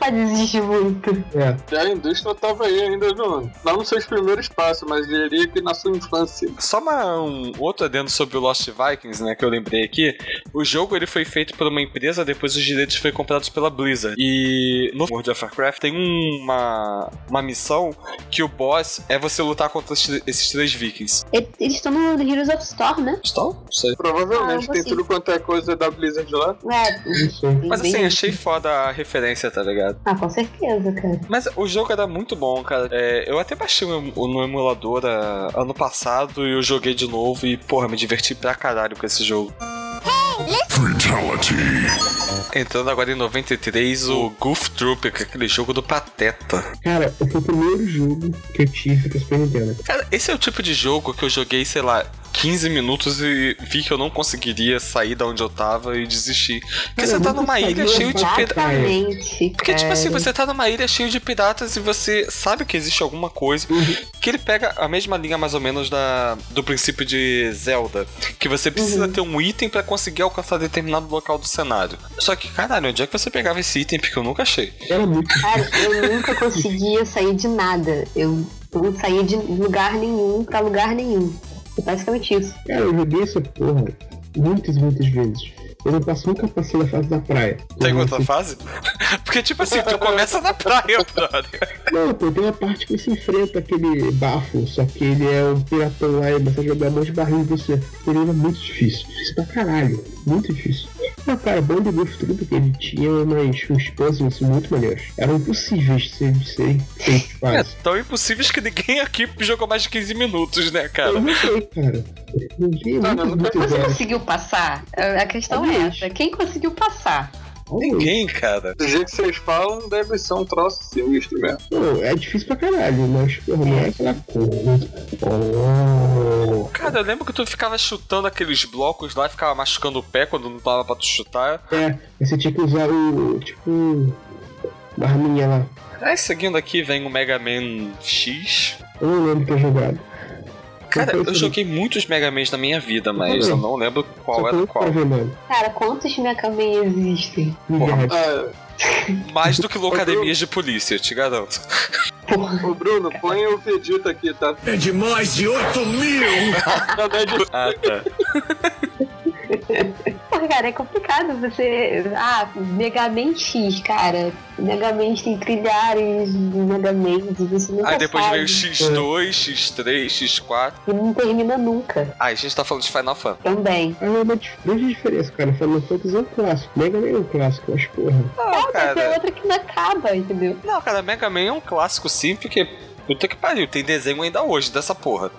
Speaker 7: Tá desistindo muito.
Speaker 6: É,
Speaker 2: Já a indústria tava aí ainda, no, não nos seus primeiros passos, mas diria que na sua infância.
Speaker 1: Só uma- um outro adendo sobre o Lost Vikings, né, que eu lembrei aqui. O jogo ele foi feito por uma empresa, depois os direitos foram comprados pela Blizzard. E no World of Warcraft tem uma, uma missão que o boss é você lutar contra esses esses três vikings.
Speaker 3: E- Eles estão no Heroes of Storm, né?
Speaker 1: Estão? Não sei.
Speaker 2: Provavelmente
Speaker 7: Ah,
Speaker 2: tem
Speaker 7: você.
Speaker 2: tudo quanto é coisa da Blizzard lá.
Speaker 7: É,
Speaker 6: não sei.
Speaker 1: Mas
Speaker 7: bem-
Speaker 1: assim, achei foda a referência, tá ligado?
Speaker 7: Ah, com certeza, cara.
Speaker 1: Mas o jogo era muito bom, cara. É, eu até baixei o- o- no emulador ah, ano passado e eu joguei de novo e, porra, me diverti pra caralho com esse jogo. Entrando agora em 93, o Goof Troop, que é aquele jogo do Pateta.
Speaker 6: Cara, foi o primeiro jogo que eu tive pra Super Nintendo.
Speaker 1: Cara, esse é o tipo de jogo que eu joguei, sei lá, 15 minutos e vi que eu não conseguiria sair da onde eu tava e desistir. Porque
Speaker 6: Cara,
Speaker 7: é
Speaker 1: você
Speaker 6: eu
Speaker 1: tá
Speaker 6: nunca
Speaker 1: numa ilha
Speaker 6: sabia
Speaker 1: cheio de
Speaker 6: jogar,
Speaker 1: peda-
Speaker 7: Exatamente. é.
Speaker 1: Porque, tipo
Speaker 7: cara.
Speaker 1: assim, você tá numa ilha cheia de piratas e você sabe que existe alguma coisa. Que ele pega a mesma linha, mais ou menos, da, do princípio de Zelda. Que você precisa ter um item pra conseguir alcançar determinado local do cenário. Só que, caralho, onde é que você pegava esse item? Porque eu nunca achei.
Speaker 6: Era muito
Speaker 7: Cara, eu nunca conseguia sair de nada. Eu não saía de lugar nenhum pra lugar nenhum. É basicamente isso.
Speaker 6: Cara, eu joguei essa porra muitas, muitas vezes. Eu não passo, nunca passei da fase da praia.
Speaker 1: Tem
Speaker 6: Eu
Speaker 1: outra
Speaker 6: não sei-
Speaker 1: fase? Porque, tipo assim, tu começa na praia, brother.
Speaker 6: Não, pô, tem uma parte que você enfrenta aquele bafo, só que ele é um piratão lá e começa a jogar um monte de barril em você. Ele era muito difícil. Difícil pra caralho. Muito difícil. Mas, cara, Band Goof Troop que ele tinha umas, uns puzzles muito maneiros. Eram impossíveis de ser, de serem feitos
Speaker 1: É,
Speaker 6: quase.
Speaker 1: tão impossíveis que ninguém aqui jogou mais de 15 minutos, né,
Speaker 6: Eu
Speaker 1: cara?
Speaker 6: não sei, cara. Eu joguei
Speaker 2: Cara, não tem
Speaker 6: muitas, muitas
Speaker 3: Você
Speaker 6: horas.
Speaker 3: conseguiu passar? A a questão é essa. Quem conseguiu passar?
Speaker 1: assim, Ninguém, cara.
Speaker 2: Do jeito que vocês falam, deve ser um troço sinistro mesmo.
Speaker 6: Não, é difícil pra caralho, mas, porra, não é aquela coisa. Oh.
Speaker 1: Cara, eu lembro que tu ficava chutando aqueles blocos lá, ficava machucando o pé quando não dava pra tu chutar.
Speaker 6: É, você tinha que usar o. Tipo. Uma arminha lá.
Speaker 1: Aí seguindo aqui vem o Mega Man X.
Speaker 6: Eu não lembro que eu jogado.
Speaker 1: Cara,
Speaker 6: Só foi
Speaker 1: eu
Speaker 6: isso,
Speaker 1: joguei muitos Mega Mans na minha vida, mas
Speaker 6: também.
Speaker 1: eu não lembro
Speaker 6: só
Speaker 1: qual
Speaker 6: foi
Speaker 1: era
Speaker 6: isso pra
Speaker 1: qual.
Speaker 6: ver, mano.
Speaker 7: Cara, quantos Mekamen existem?
Speaker 6: Milhares.
Speaker 2: Ah,
Speaker 1: Mais do que loucademias de polícia, eu te garanto.
Speaker 2: o Bruno, põe o Vegeta aqui, tá?
Speaker 4: É de mais de 8 mil!
Speaker 2: Não, não é de-
Speaker 1: Ah, tá.
Speaker 7: Pô, cara, é complicado você. Ah, Mega Man X, cara. Mega Man tem trilhares de Mega Man, você nunca
Speaker 1: Aí depois
Speaker 7: sabe.
Speaker 1: veio o X2, X3, X4.
Speaker 7: E não termina nunca.
Speaker 1: Ah, a gente tá falando de Final Fantasy.
Speaker 7: Também.
Speaker 6: É uma dif- grande diferença, cara. Final Fantasy é um clássico. Mega Man é um clássico, mas porra.
Speaker 1: Não,
Speaker 7: Mas é
Speaker 1: cara.
Speaker 7: outra que não acaba, entendeu?
Speaker 1: Não, cara, Mega Man é um clássico sim, porque. Puta que pariu, tem desenho ainda hoje dessa porra.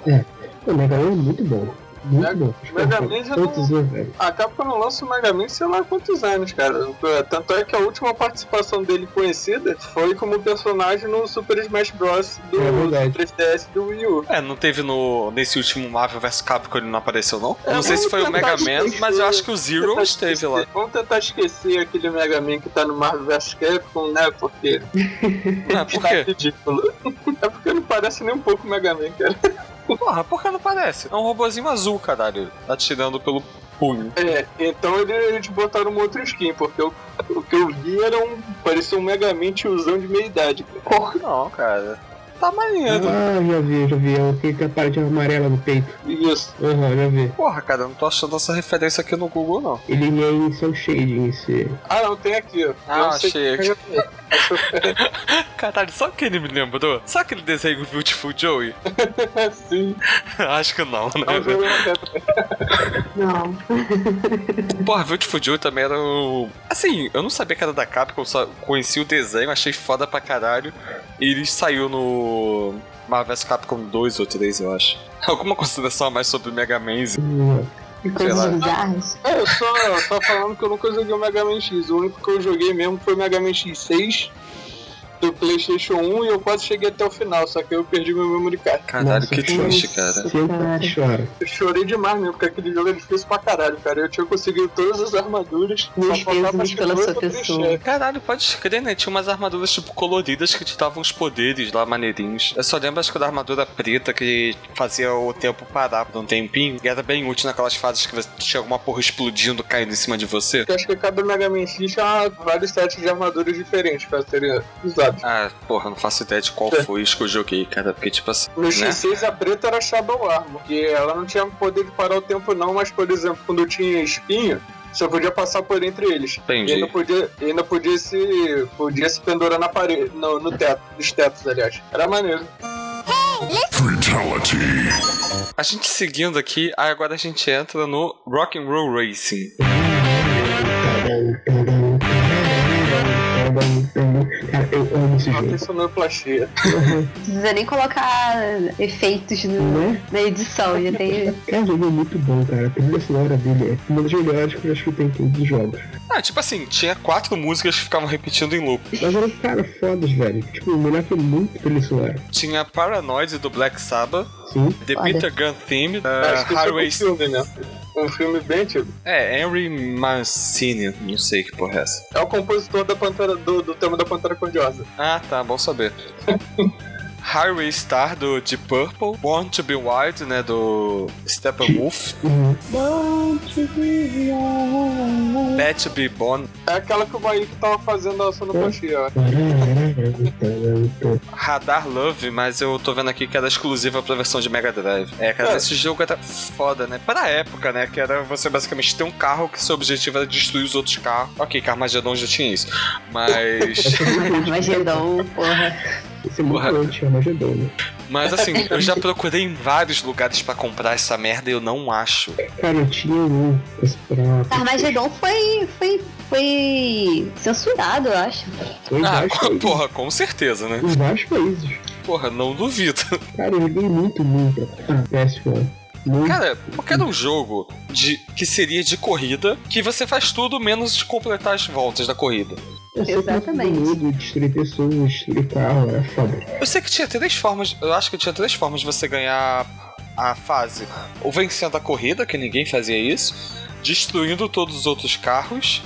Speaker 6: O Mega Man é muito bom. Muito
Speaker 2: Mega-
Speaker 6: bom. é
Speaker 2: Mega
Speaker 6: um
Speaker 2: Man já
Speaker 6: Quantos anos, né, velho?
Speaker 2: A Capcom não lança o Mega Man sei lá há quantos anos, cara. Tanto é que a última participação dele conhecida foi como personagem no Super Smash Bros. do
Speaker 6: É verdade.
Speaker 2: 3DS do Wii U.
Speaker 1: É, não teve no nesse último Marvel vs Capcom ele não apareceu, não? Eu
Speaker 2: É,
Speaker 1: não sei se foi o
Speaker 2: vamos
Speaker 1: Mega
Speaker 2: tentar
Speaker 1: Man,
Speaker 2: esquecer.
Speaker 1: mas eu acho que o Zero
Speaker 2: Tentar
Speaker 1: esteve lá.
Speaker 2: esquecer- Vamos tentar esquecer aquele Mega Man que tá no Marvel vs Capcom, né? Porque
Speaker 1: Ah, por
Speaker 2: tá
Speaker 1: quê?
Speaker 2: ridículo. é porque não parece nem um pouco o Mega Man, cara.
Speaker 1: Porra, por que não parece? É um robozinho azul, caralho, atirando pelo punho.
Speaker 2: É, então ele- eles botaram uma outra skin, porque eu- o que eu vi era um. parecia um Mega Man tiozão de meia idade, cara.
Speaker 1: Não, cara. Tá
Speaker 2: É
Speaker 1: maneiro.
Speaker 6: Ah, já vi, já vi. É o que tem a parede amarela no peito.
Speaker 2: Isso.
Speaker 6: Aham, já vi.
Speaker 1: Porra, cara, eu não tô achando essa referência aqui no Google, não.
Speaker 6: Ele é em cel shading, esse.
Speaker 2: Ah, não, tem aqui. ó.
Speaker 1: Ah,
Speaker 2: Eu não sei
Speaker 1: achei
Speaker 2: que-
Speaker 1: Caralho, sabe o que ele me lembrou? Sabe aquele desenho Beautiful Joey?
Speaker 2: Sim.
Speaker 1: Acho que não,
Speaker 2: É um
Speaker 1: né?
Speaker 2: jogo até-
Speaker 7: Não.
Speaker 1: Porra, Beautiful Joey também era o... Assim, eu não sabia que era da Capcom, só conheci o desenho, achei foda pra caralho. E ele saiu no... Marvel vs Capcom 2 ou 3, eu acho. Alguma consideração a mais sobre Mega Man?
Speaker 6: Hum,
Speaker 7: E coisas
Speaker 1: lá.
Speaker 7: bizarras.
Speaker 2: É, eu só, só falando que eu nunca joguei o Mega Man X. O único que eu joguei mesmo foi o Mega Man X6 do PlayStation 1 e eu quase cheguei até o final, só que eu perdi meu memory card.
Speaker 1: Caralho,
Speaker 6: Nossa,
Speaker 1: que
Speaker 6: que
Speaker 1: triste,
Speaker 7: isso.
Speaker 1: cara.
Speaker 6: Sempre
Speaker 7: Cara.
Speaker 6: chora.
Speaker 2: Eu chorei demais mesmo, porque aquele jogo é difícil pra caralho, cara. Eu tinha conseguido todas as armaduras.
Speaker 7: Meus
Speaker 2: só faltava
Speaker 7: pêsames
Speaker 2: acho que
Speaker 7: pela
Speaker 2: dois
Speaker 7: sua
Speaker 2: ou três
Speaker 7: pessoa.
Speaker 2: chefes.
Speaker 1: É, Caralho, pode crer, né? Tinha umas armaduras, tipo, coloridas que te davam os poderes lá, maneirinhos. Eu só lembro, acho que da armadura preta que fazia o tempo parar por um tempinho. E era bem útil naquelas fases que você tinha alguma porra explodindo, caindo em cima de você.
Speaker 2: Eu acho que cada Mega Man X tinha vários sets de armaduras diferentes pra serem usados.
Speaker 1: Ah, porra, não faço ideia de qual foi isso que eu joguei, cara. Porque, tipo assim,
Speaker 2: No
Speaker 1: né?
Speaker 2: X6 a preta era Shadow Armor, que ela não tinha poder de parar o tempo não, mas por exemplo, quando tinha espinho, você podia passar por entre eles. E ainda
Speaker 1: Entendi.
Speaker 2: podia, e ainda podia se. podia se pendurar na parede. No, no teto, nos tetos, aliás. Era maneiro.
Speaker 4: Fatality.
Speaker 1: A gente seguindo aqui, aí agora a gente entra no Rock'n'Roll Racing.
Speaker 6: Cara, eu amo esse
Speaker 2: Só
Speaker 6: jogo.
Speaker 2: tem sonoplastia.
Speaker 7: Não precisa nem colocar efeitos no-
Speaker 6: Não é?
Speaker 7: na edição. Já tem.
Speaker 6: Cara, o jogo é muito bom, cara. A trilha sonora dele é uma das melhores que eu acho que tem em todos os jogos.
Speaker 1: Ah, tipo assim, tinha quatro músicas que ficavam repetindo em loop.
Speaker 6: Mas eram, cara, fodas, velho. Tipo, o moleque é muito trilha sonora.
Speaker 1: Tinha Paranoid do Black Sabbath,
Speaker 6: Sim.
Speaker 1: The
Speaker 7: Olha.
Speaker 1: Peter Gunn Theme,
Speaker 2: Acho
Speaker 1: uh,
Speaker 2: que
Speaker 1: Highway
Speaker 2: isso é um filme, né? Um filme bem antigo.
Speaker 1: É, Henry Mancini, não sei que porra é essa.
Speaker 2: É o compositor da Pantera, do, do tema da Pantera Cordiosa.
Speaker 1: Ah, tá, bom saber. Highway Star do Deep Purple, Born to Be Wild, né, do Steppenwolf,
Speaker 6: Uhum.
Speaker 1: Let to Be Born,
Speaker 2: É aquela que o Mike tava fazendo a sonoplastia, ó.
Speaker 1: Radar Love, mas eu tô vendo aqui que era exclusiva pra versão de Mega Drive. É, cara,
Speaker 2: É.
Speaker 1: esse jogo era foda, né? Pra época, né, que era você basicamente ter um carro que seu objetivo era destruir os outros carros. Ok, Carmageddon já tinha isso, mas...
Speaker 7: Armagedon, porra.
Speaker 6: Esse é muito
Speaker 1: Porra.
Speaker 6: antes, Armagedon, né?
Speaker 1: mas assim, eu já procurei em vários lugares pra comprar essa merda e eu não acho.
Speaker 6: Cara, eu tinha um pra...
Speaker 7: Armagedon foi, foi, foi censurado, eu acho.
Speaker 6: Foi em
Speaker 1: Ah,
Speaker 6: vários países.
Speaker 1: porra, com certeza, né?
Speaker 6: Em vários países.
Speaker 1: Porra, não duvido.
Speaker 6: Cara, eu joguei muito, muito. Ah, péssimo. Muito.
Speaker 1: Cara, porque era um jogo de, que seria de corrida, que você faz tudo menos de completar as voltas da corrida.
Speaker 6: Eu sei que
Speaker 7: exatamente.
Speaker 6: todo Mundo, destruir pessoas, destruir carro, era foda.
Speaker 1: Eu sei que tinha três formas, eu acho que tinha três formas de você ganhar a fase. Ou vencendo a corrida, que ninguém fazia isso, destruindo todos os outros carros,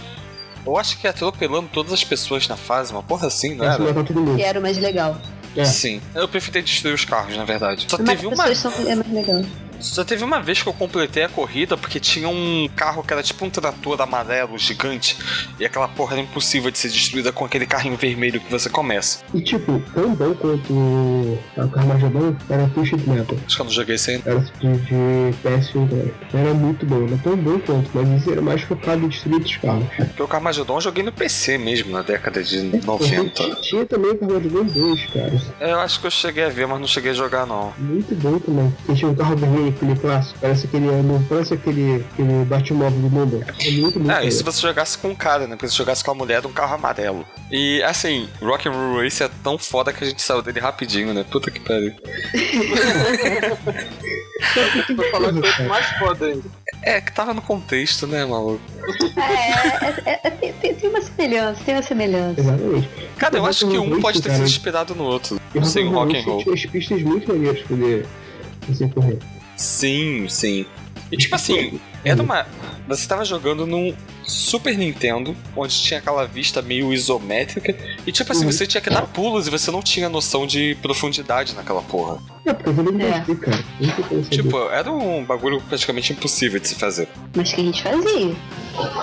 Speaker 1: ou acho que atropelando todas as pessoas na fase, uma porra assim, não
Speaker 6: Mas
Speaker 1: era?
Speaker 6: matar todo mundo.
Speaker 7: Que era o mais legal.
Speaker 6: É.
Speaker 1: Sim. Eu preferi destruir os carros, na verdade. Só
Speaker 7: Mas as
Speaker 1: teve uma
Speaker 7: pessoas são é mais legal.
Speaker 1: Só teve uma vez que eu completei a corrida porque tinha um carro que era tipo um trator amarelo gigante e aquela porra era impossível de ser destruída com aquele carrinho vermelho que você começa.
Speaker 6: E tipo, tão bom quanto o Carmageddon era Full Sheet Metal.
Speaker 1: Acho que eu não joguei isso ainda.
Speaker 6: Era de, de PS1 também. né? Era muito bom, não tão bom quanto, mas esse era mais focado em destruir os carros.
Speaker 1: Porque o Carmageddon eu joguei no PC mesmo, na década de 90.
Speaker 6: Tinha- Tinha também o Carmageddon 2, cara.
Speaker 1: É, Eu acho que eu cheguei a ver, mas não cheguei a jogar não.
Speaker 6: Muito bom também. Porque tinha um carro vermelho, aquele clássico. Parece aquele ano, parece aquele, aquele Batmóvel do mundo. É muito, muito
Speaker 1: É,
Speaker 6: bom.
Speaker 1: e se você jogasse com um cara, né? Porque se jogasse com a mulher, era um carro amarelo. E, assim, Rock'n'Roll Race é tão foda que a gente saiu dele rapidinho, né? Puta que pariu.
Speaker 2: Tô falando que foi o mais foda ainda.
Speaker 1: É, que tava no contexto, né, maluco?
Speaker 7: É, é, é, é, tem, tem- tem uma semelhança, tem uma semelhança.
Speaker 6: Exatamente.
Speaker 1: Cara, eu acho que um pode ter se
Speaker 6: Cara.
Speaker 1: inspirado no outro.
Speaker 6: E o
Speaker 1: Sim, o rock and
Speaker 6: Rock'n'Roll
Speaker 1: roll. é
Speaker 6: tinha as pistas muito maneiras pra poder você correr.
Speaker 1: Sim, sim. E tipo assim, era uma. Você tava jogando num Super Nintendo, onde tinha aquela vista meio isométrica, e tipo assim,
Speaker 6: Uhum.
Speaker 1: você tinha que dar pulos e você não tinha noção de profundidade naquela porra.
Speaker 6: É, porque eu não
Speaker 7: É.
Speaker 6: gostei, cara. Não tem como saber.
Speaker 1: Tipo, era um bagulho praticamente impossível de se fazer.
Speaker 7: Mas que a gente fazia.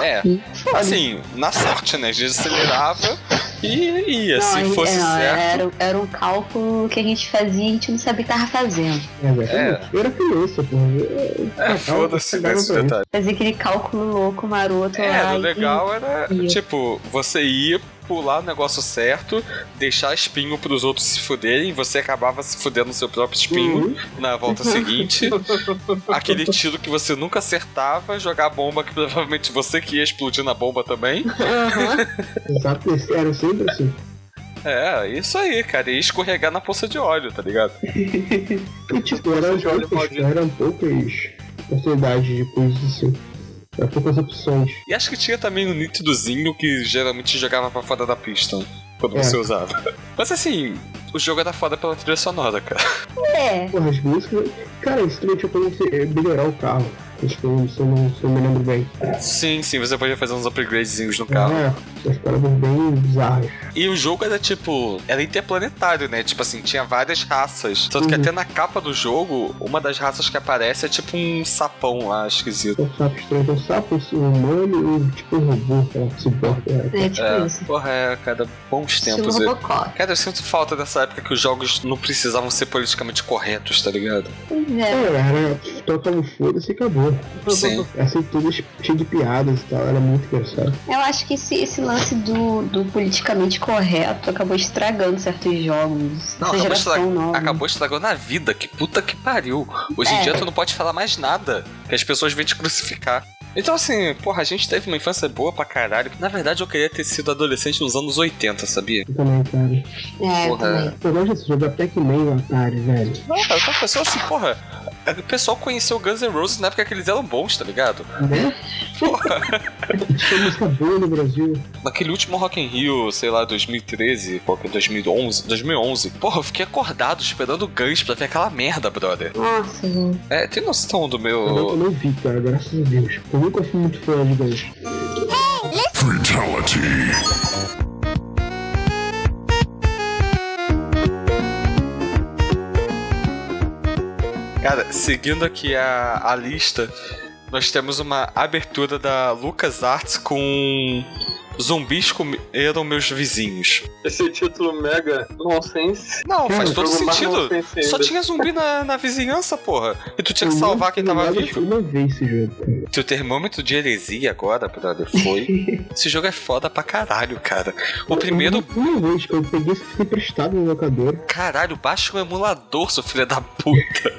Speaker 1: É,
Speaker 7: E Foda.
Speaker 1: assim, na sorte, né? A gente acelerava E ia, se
Speaker 7: Não,
Speaker 1: fosse
Speaker 7: é, não,
Speaker 1: certo.
Speaker 7: Era, era um cálculo que a gente fazia e a gente não sabia o que tava fazendo.
Speaker 6: Exatamente. Eu era criança, porra. Eu-
Speaker 1: É, foda-se nesse detalhe.
Speaker 7: Fazia aquele cálculo louco, maroto
Speaker 1: É,
Speaker 7: lá.
Speaker 1: o
Speaker 7: e-
Speaker 1: legal era,
Speaker 7: Ia.
Speaker 1: tipo, você ia pular o negócio certo, deixar espinho pros outros se fuderem, você acabava se fudendo no seu próprio espinho na volta seguinte. Aquele tiro que você nunca acertava, jogar a bomba que provavelmente você que ia explodir na bomba também.
Speaker 7: Aham.
Speaker 6: Exato, esse- era sempre assim.
Speaker 1: É, isso aí, cara, e escorregar na poça de óleo, tá ligado?
Speaker 6: E tipo, eram
Speaker 2: Você olha e
Speaker 6: poucas,
Speaker 2: pode-
Speaker 6: eram poucas oportunidades de coisas assim. Eram poucas opções.
Speaker 1: E acho que tinha também o nítidozinho que geralmente jogava pra fora da pista quando
Speaker 6: É.
Speaker 1: você usava. Mas assim, o jogo era foda pela trilha sonora, cara.
Speaker 7: É.
Speaker 6: Porra, as músicas. Cara, isso também tinha como você eh, melhorar o carro. Acho que eu, se, eu não, se eu me lembro bem.
Speaker 1: Sim, sim, você podia fazer uns upgradezinhos no carro.
Speaker 6: É, as paradas bem bizarras.
Speaker 1: E o jogo era tipo. Era interplanetário, né? Tipo assim, tinha várias raças. Tanto que
Speaker 6: Uhum.
Speaker 1: até na capa do jogo, uma das raças que aparece é tipo um sapão lá, esquisito.
Speaker 6: É um sapo estranho, que é um sapo um humano e tipo um robô, sei lá, que se bota. É.
Speaker 7: É tipo
Speaker 1: É,
Speaker 7: isso.
Speaker 1: porra, é, cara, bons
Speaker 7: Estilo
Speaker 1: tempos. eu-
Speaker 7: Robocop.
Speaker 1: Cara, eu sinto falta dessa época que os jogos não precisavam ser politicamente corretos, tá ligado?
Speaker 7: Pois é.
Speaker 6: É, era tocava foda-se e acabou.
Speaker 1: Sim.
Speaker 6: Assim, tudo cheio de piadas e tal, era muito engraçado.
Speaker 7: Eu acho que esse, esse lance do, do politicamente correto acabou estragando certos jogos.
Speaker 1: Não,
Speaker 7: essa
Speaker 1: acabou
Speaker 7: geração
Speaker 1: estrag-
Speaker 7: nova.
Speaker 1: Acabou estragando a vida, que puta que pariu. Hoje em
Speaker 7: É.
Speaker 1: dia tu não pode falar mais nada, que as pessoas vêm te crucificar. Então assim, porra, a gente teve uma infância boa pra caralho. Na verdade eu queria ter sido adolescente nos anos 80, sabia?
Speaker 6: Eu também, cara.
Speaker 7: É,
Speaker 1: Porra.
Speaker 7: também.
Speaker 6: Eu gosto desse jogo, até que nem o Atari, velho.
Speaker 1: Não, cara, a pessoa assim, porra, o pessoal conheceu Guns N' Roses na época que eles eram bons, tá ligado?
Speaker 6: Né?
Speaker 1: Porra.
Speaker 6: Tinha música boa no Brasil.
Speaker 1: Naquele último Rock in Rio, sei lá, 2013, qual que é, 2011, 2011. Porra, eu fiquei acordado esperando o Guns pra ver aquela merda, brother.
Speaker 7: Nossa, gente.
Speaker 1: É, tem noção do
Speaker 6: Eu não- Eu
Speaker 1: meu...
Speaker 6: não vi, cara, graças a Deus. Eu nunca fui muito fã de Guns.
Speaker 4: Fatality.
Speaker 1: Cara, seguindo aqui a, a lista, nós temos uma abertura da Lucas Arts com... Zumbis comeram meus vizinhos.
Speaker 2: Esse título mega nonsense.
Speaker 1: Não, faz
Speaker 6: Cara,
Speaker 1: todo
Speaker 2: jogo mais
Speaker 1: sentido.
Speaker 2: nonsense
Speaker 1: Só
Speaker 2: ainda.
Speaker 1: tinha zumbi na, na vizinhança, porra. E tu tinha que
Speaker 6: Eu
Speaker 1: salvar
Speaker 6: não- assim.
Speaker 1: quem tava
Speaker 6: eu não-
Speaker 1: vivo.
Speaker 6: Eu não vi esse jogo, cara.
Speaker 1: Teu termômetro de heresia agora, brother, foi. Esse jogo é foda pra caralho, cara. O primeiro,
Speaker 6: Eu- eu- Uma vez que eu peguei esse fui emprestado no
Speaker 2: É
Speaker 6: locador.
Speaker 1: caralho, baixa o emulador, seu filho da puta.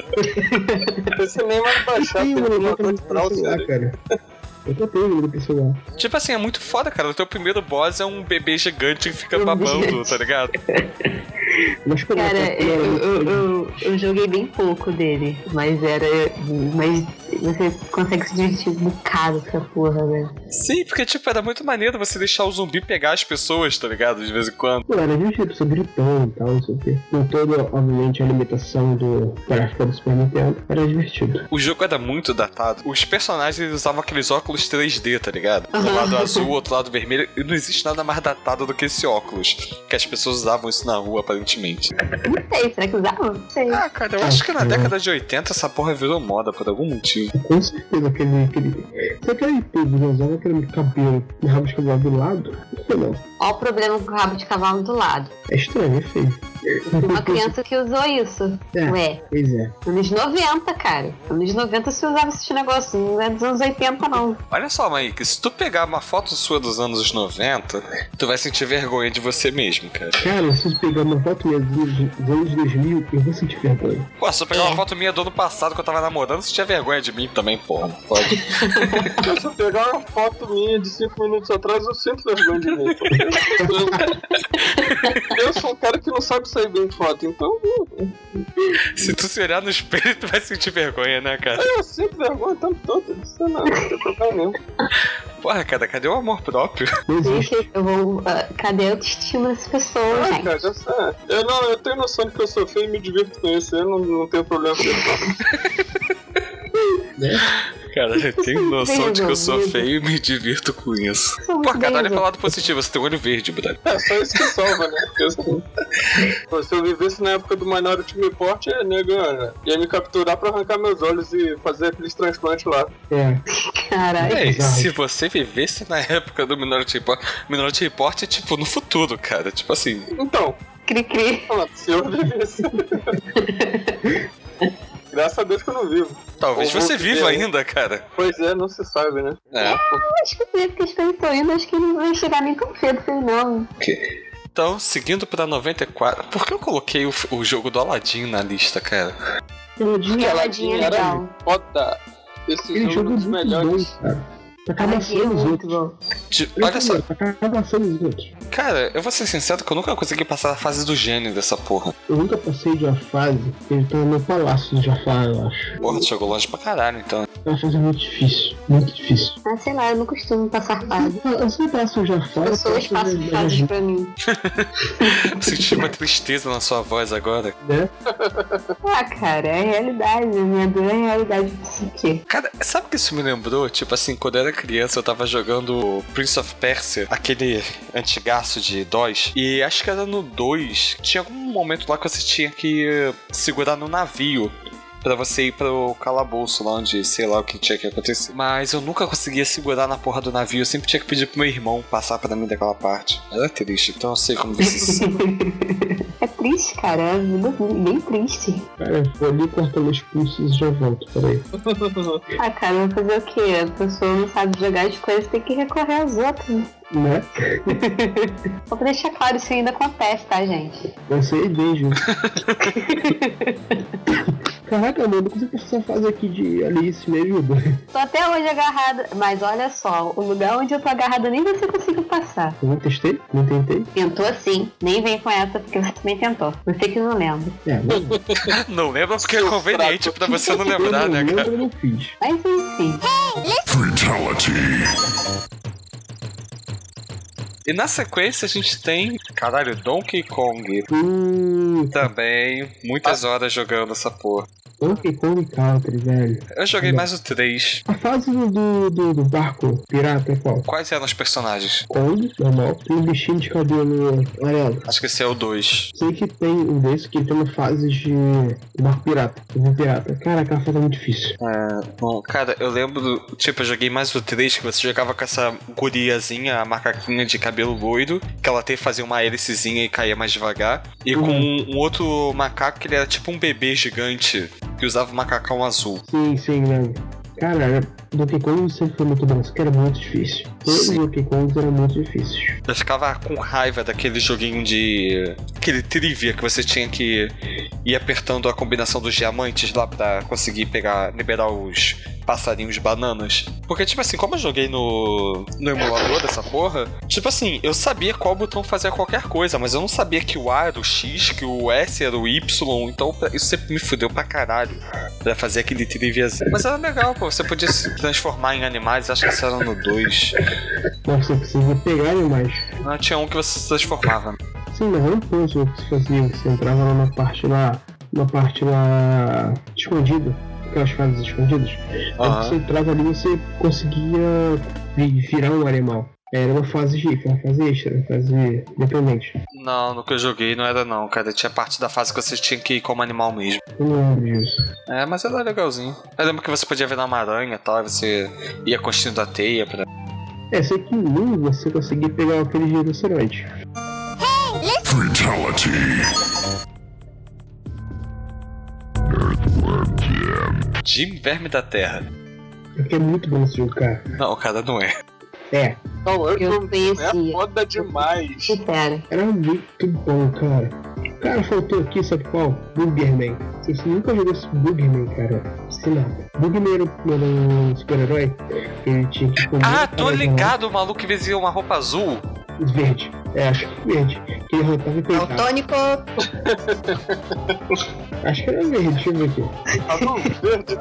Speaker 2: Você nem vai baixar,
Speaker 6: Ih,
Speaker 2: porque eu
Speaker 6: mano, eu
Speaker 2: não vou
Speaker 6: também
Speaker 2: comprar o
Speaker 6: tenho um
Speaker 2: CD.
Speaker 6: celular, cara. Eu tô tendo no celular.
Speaker 1: Tipo assim, é muito foda, cara. O teu primeiro boss é um bebê gigante que fica
Speaker 7: Um
Speaker 1: babando,
Speaker 7: gigante.
Speaker 1: tá ligado?
Speaker 6: Mas como é
Speaker 7: Cara,
Speaker 6: como
Speaker 7: eu,
Speaker 6: era-
Speaker 7: eu, eu, eu joguei bem pouco dele, mas era. Mas você consegue se divertir um bocado com essa porra, né?
Speaker 1: Sim, porque, tipo, era muito maneiro você deixar o zumbi pegar as pessoas, tá ligado? De vez em quando.
Speaker 6: Não, era divertido, só gritando e tal, não sei o quê. Com toda, obviamente, a limitação do gráfico do Super Nintendo, era divertido.
Speaker 1: O jogo era muito datado. Os personagens eles usavam aqueles óculos 3D, tá ligado? Um
Speaker 7: Aham.
Speaker 1: lado azul, outro lado vermelho. E não existe nada mais datado do que esse óculos. Que as pessoas usavam isso na rua, aparentemente.
Speaker 7: Não sei, será que usava? Não sei.
Speaker 1: Ah, cara, eu acho que na década de 80 essa porra virou moda por algum motivo.
Speaker 6: Com certeza, aquele. aquele... Se aquele tubo não usava aquele cabelo, um rabo de cabelo do lado, não sei não.
Speaker 7: Olha o problema com o rabo de cavalo do lado.
Speaker 6: É estranho, é feio.
Speaker 7: Uma criança que usou isso.
Speaker 6: É.
Speaker 7: Ué,
Speaker 6: Pois é.
Speaker 7: anos 90, cara. Anos 90 se usava esse negócio, não é dos anos 80, não.
Speaker 1: Olha só, Mike, se tu pegar uma foto sua dos anos 90, tu vai sentir vergonha de você mesmo, cara.
Speaker 6: Cara, se eu pegar uma foto minha dos dos anos 2000, eu vou sentir vergonha.
Speaker 1: Pô, se eu pegar uma foto minha do ano passado que eu tava namorando, você tinha vergonha de mim também, porra. Pode.
Speaker 2: Se eu pegar uma foto minha de 5 minutos atrás, eu sinto vergonha de mim. eu sou um cara que não sabe sair bem de foto, então
Speaker 1: se tu se olhar no espelho, tu vai sentir vergonha, né, cara?
Speaker 2: eu sinto vergonha o tempo todo. Isso não, não tem problema nenhum.
Speaker 1: Porra, cara, cadê o amor próprio?
Speaker 6: Não existe.
Speaker 7: Gente, eu vou. ah, cadê a autoestima dessa pessoa,
Speaker 2: Ah,
Speaker 7: gente?
Speaker 2: cara, já sei. Eu não, eu tenho noção de que eu sou feio e me divirto com isso, eu não, não tenho problema com isso.
Speaker 1: Cara, eu tenho noção de que eu sou
Speaker 7: resolvido.
Speaker 1: feio e me divirto com isso.
Speaker 7: Sou muito
Speaker 1: Pô, cara, olha
Speaker 7: bem
Speaker 1: pelo lado positivo, você tem um olho verde, brother.
Speaker 2: É só isso que salva, né? Porque assim, pô, se eu vivesse na época do Minority Report, é nego, né? ia me capturar pra arrancar meus olhos e fazer aqueles transplantes lá.
Speaker 6: É.
Speaker 7: Caralho.
Speaker 1: É, e
Speaker 6: bizarro.
Speaker 1: se você vivesse na época do Minority Report, Minority Report é tipo no futuro, cara. Tipo assim,
Speaker 2: Então,
Speaker 7: Cri-cri.
Speaker 2: fala, se eu vivesse. Graças a Deus que eu não vivo.
Speaker 1: talvez
Speaker 2: Ou
Speaker 1: você
Speaker 2: vou viver
Speaker 1: viva
Speaker 2: um.
Speaker 1: ainda, cara.
Speaker 2: Pois é, não se sabe, né?
Speaker 1: É.
Speaker 7: Acho que do jeito que as coisas estão indo, acho que não vai chegar nem tão cedo, assim, não.
Speaker 1: Então, seguindo pra 94. Por que eu coloquei o, o jogo do Aladdin na lista, cara?
Speaker 7: Porque a ladinha é legal.
Speaker 2: Foda. Esse
Speaker 6: Aquele
Speaker 2: jogo
Speaker 6: jogo
Speaker 2: é um
Speaker 6: é
Speaker 2: dos
Speaker 6: muito
Speaker 2: melhores.
Speaker 6: doido, cara. Tá
Speaker 7: Ladinha é
Speaker 6: cabaçando os
Speaker 7: muito
Speaker 6: outros.
Speaker 7: bom.
Speaker 1: De-
Speaker 6: Eu
Speaker 1: olha só,
Speaker 6: também, Tá cabaçando os outros.
Speaker 1: cara, eu vou ser sincero que eu nunca consegui passar a fase do gênio dessa porra.
Speaker 6: Eu nunca passei de uma fase. Ele tá no palácio de Jafar, eu acho.
Speaker 1: Porra, chegou longe pra caralho, então.
Speaker 6: É uma fase muito difícil. Muito difícil.
Speaker 7: Ah, sei lá, eu não costumo passar fase.
Speaker 6: Eu sempre passo o Jafar.
Speaker 7: As pessoas
Speaker 6: eu passo
Speaker 7: passam
Speaker 6: o
Speaker 7: fases
Speaker 6: Jafar,
Speaker 7: pra mim.
Speaker 1: Senti uma tristeza na sua voz agora.
Speaker 6: né?
Speaker 7: Ah, cara, é a realidade. A minha dor é a realidade do quê?
Speaker 1: Cara, sabe o que isso me lembrou? Tipo assim, quando eu era criança, eu tava jogando Prince of Persia, aquele antigaço de DOS. E acho que era no 2. Tinha algum momento lá que você tinha que eh, segurar no navio. Pra você ir pro calabouço lá onde sei lá o que tinha que acontecer. Mas eu nunca conseguia segurar na porra do navio. Eu sempre tinha que pedir pro meu irmão passar pra mim daquela parte. Era triste, então eu sei como você se
Speaker 7: É triste, cara. É uma vida bem triste.
Speaker 6: Cara, eu vou ali cortar meus pulsos e já volto. Peraí.
Speaker 7: Ah, cara, eu vou fazer o quê? A pessoa não sabe jogar as coisas, tem que recorrer aos outros.
Speaker 6: Né?
Speaker 7: Só pra deixar claro, isso ainda acontece, tá, gente?
Speaker 6: Vai ser beijo. Caraca, mano, não consigo passar a fase aqui de Alice, me ajuda.
Speaker 7: Tô até hoje agarrada, mas olha só, o lugar onde eu tô agarrada nem você conseguiu passar.
Speaker 6: Eu não testei? Não tentei?
Speaker 7: Tentou sim, nem vem com essa porque você também tentou. Você que não lembra.
Speaker 6: É, não.
Speaker 1: Não lembra porque é
Speaker 2: Seu
Speaker 1: conveniente pra você não
Speaker 6: eu
Speaker 1: lembrar,
Speaker 6: não
Speaker 1: né,
Speaker 6: lembro,
Speaker 1: cara?
Speaker 6: eu não fiz.
Speaker 7: Mas enfim,
Speaker 4: Fatality.
Speaker 1: E na sequência a gente tem, caralho, Donkey Kong.
Speaker 6: Hum,
Speaker 1: Também, muitas horas jogando essa porra.
Speaker 6: Donkey Kong Country, velho.
Speaker 1: Eu joguei mais o 3.
Speaker 6: A fase do, do, do- do barco pirata é qual?
Speaker 1: Quais eram os personagens?
Speaker 6: Kong, normal. Tem um bichinho de cabelo amarelo.
Speaker 1: Acho que esse é o 2.
Speaker 6: Sei que tem um desse que tem uma fase de barco pirata. De pirata. Cara, aquela fase é muito difícil.
Speaker 1: Bom, cara, eu lembro, tipo, eu joguei mais o 3, que você jogava com essa guriazinha, a macaquinha de cabelo loiro, que ela até fazia uma hélicezinha e caía mais devagar. E com um outro macaco que ele era tipo um bebê gigante, que usava um macacão azul.
Speaker 6: Sim, sim, lembro. Cara, era- Donkey Kong sempre foi muito bom, só que era muito difícil. Todos os
Speaker 1: Sim.
Speaker 6: Donkey Kongs eram muito difíceis.
Speaker 1: Eu ficava com raiva daquele joguinho de. aquele trivia que você tinha que ir apertando a combinação dos diamantes lá pra conseguir pegar, liberar os passarinhos bananas. Porque, tipo assim, como eu joguei no, no emulador dessa porra, tipo assim, eu sabia qual botão fazia qualquer coisa, mas eu não sabia que o A era o X, que o S era o Y, então pra- isso sempre me fudeu pra caralho pra fazer aquele triviazinho. Mas era legal, pô, você podia se transformar em animais, acho que isso era no 2.
Speaker 6: Nossa, você precisa pegar animais.
Speaker 1: Não, tinha um que você se transformava.
Speaker 6: Sim, mas era um puzzle que você fazia, que você entrava lá na parte lá. Na parte lá. escondida. Aquelas fases escondidas. Aí você entrava ali e você conseguia vi- virar um animal. Era uma fase de foi uma fase extra, uma fase independente.
Speaker 1: Não, no que eu joguei não era não, cara. Tinha parte da fase que você tinha que ir como animal mesmo.
Speaker 6: Eu não lembro disso.
Speaker 1: É, mas era legalzinho. Eu lembro que você podia virar uma aranha e tal, e você ia construindo a teia pra...
Speaker 6: É, sei que um você conseguia pegar aquele rinoceronte.
Speaker 4: Fatality.
Speaker 1: Jim Verme da Terra.
Speaker 6: Porque é muito bom esse jogo, cara.
Speaker 1: Não, cara, não é.
Speaker 6: É,
Speaker 2: Não, eu, eu
Speaker 7: eu
Speaker 2: é
Speaker 7: conhecia.
Speaker 2: foda demais.
Speaker 7: Sincero.
Speaker 6: Era muito bom, cara. Cara, faltou aqui, sabe qual? Boogerman. Se Você nunca jogou esse Boogerman, cara. Sei lá. Boogerman era um- era um super-herói. Ele tinha que comer.
Speaker 1: Ah, tô
Speaker 6: cara,
Speaker 1: ligado, o maluco que vestia uma roupa azul.
Speaker 6: né? Verde. É, acho que verde. Que ele rotava e
Speaker 3: É o
Speaker 6: peitava.
Speaker 3: tônico.
Speaker 6: Acho que era verde, deixa eu ver aqui.
Speaker 2: Azul, Tá verde,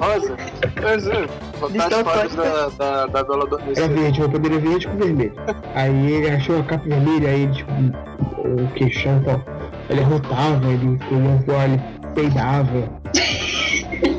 Speaker 2: rosa. Pois é. Botar as fotos da, da, da Bela
Speaker 6: Era
Speaker 2: Adormecida.
Speaker 6: verde, uma cadeira verde com vermelho. Aí ele achou a capa vermelha, aí ele, tipo, o um queixão e tal. Ele rotava, ele comia voar, ele peidava.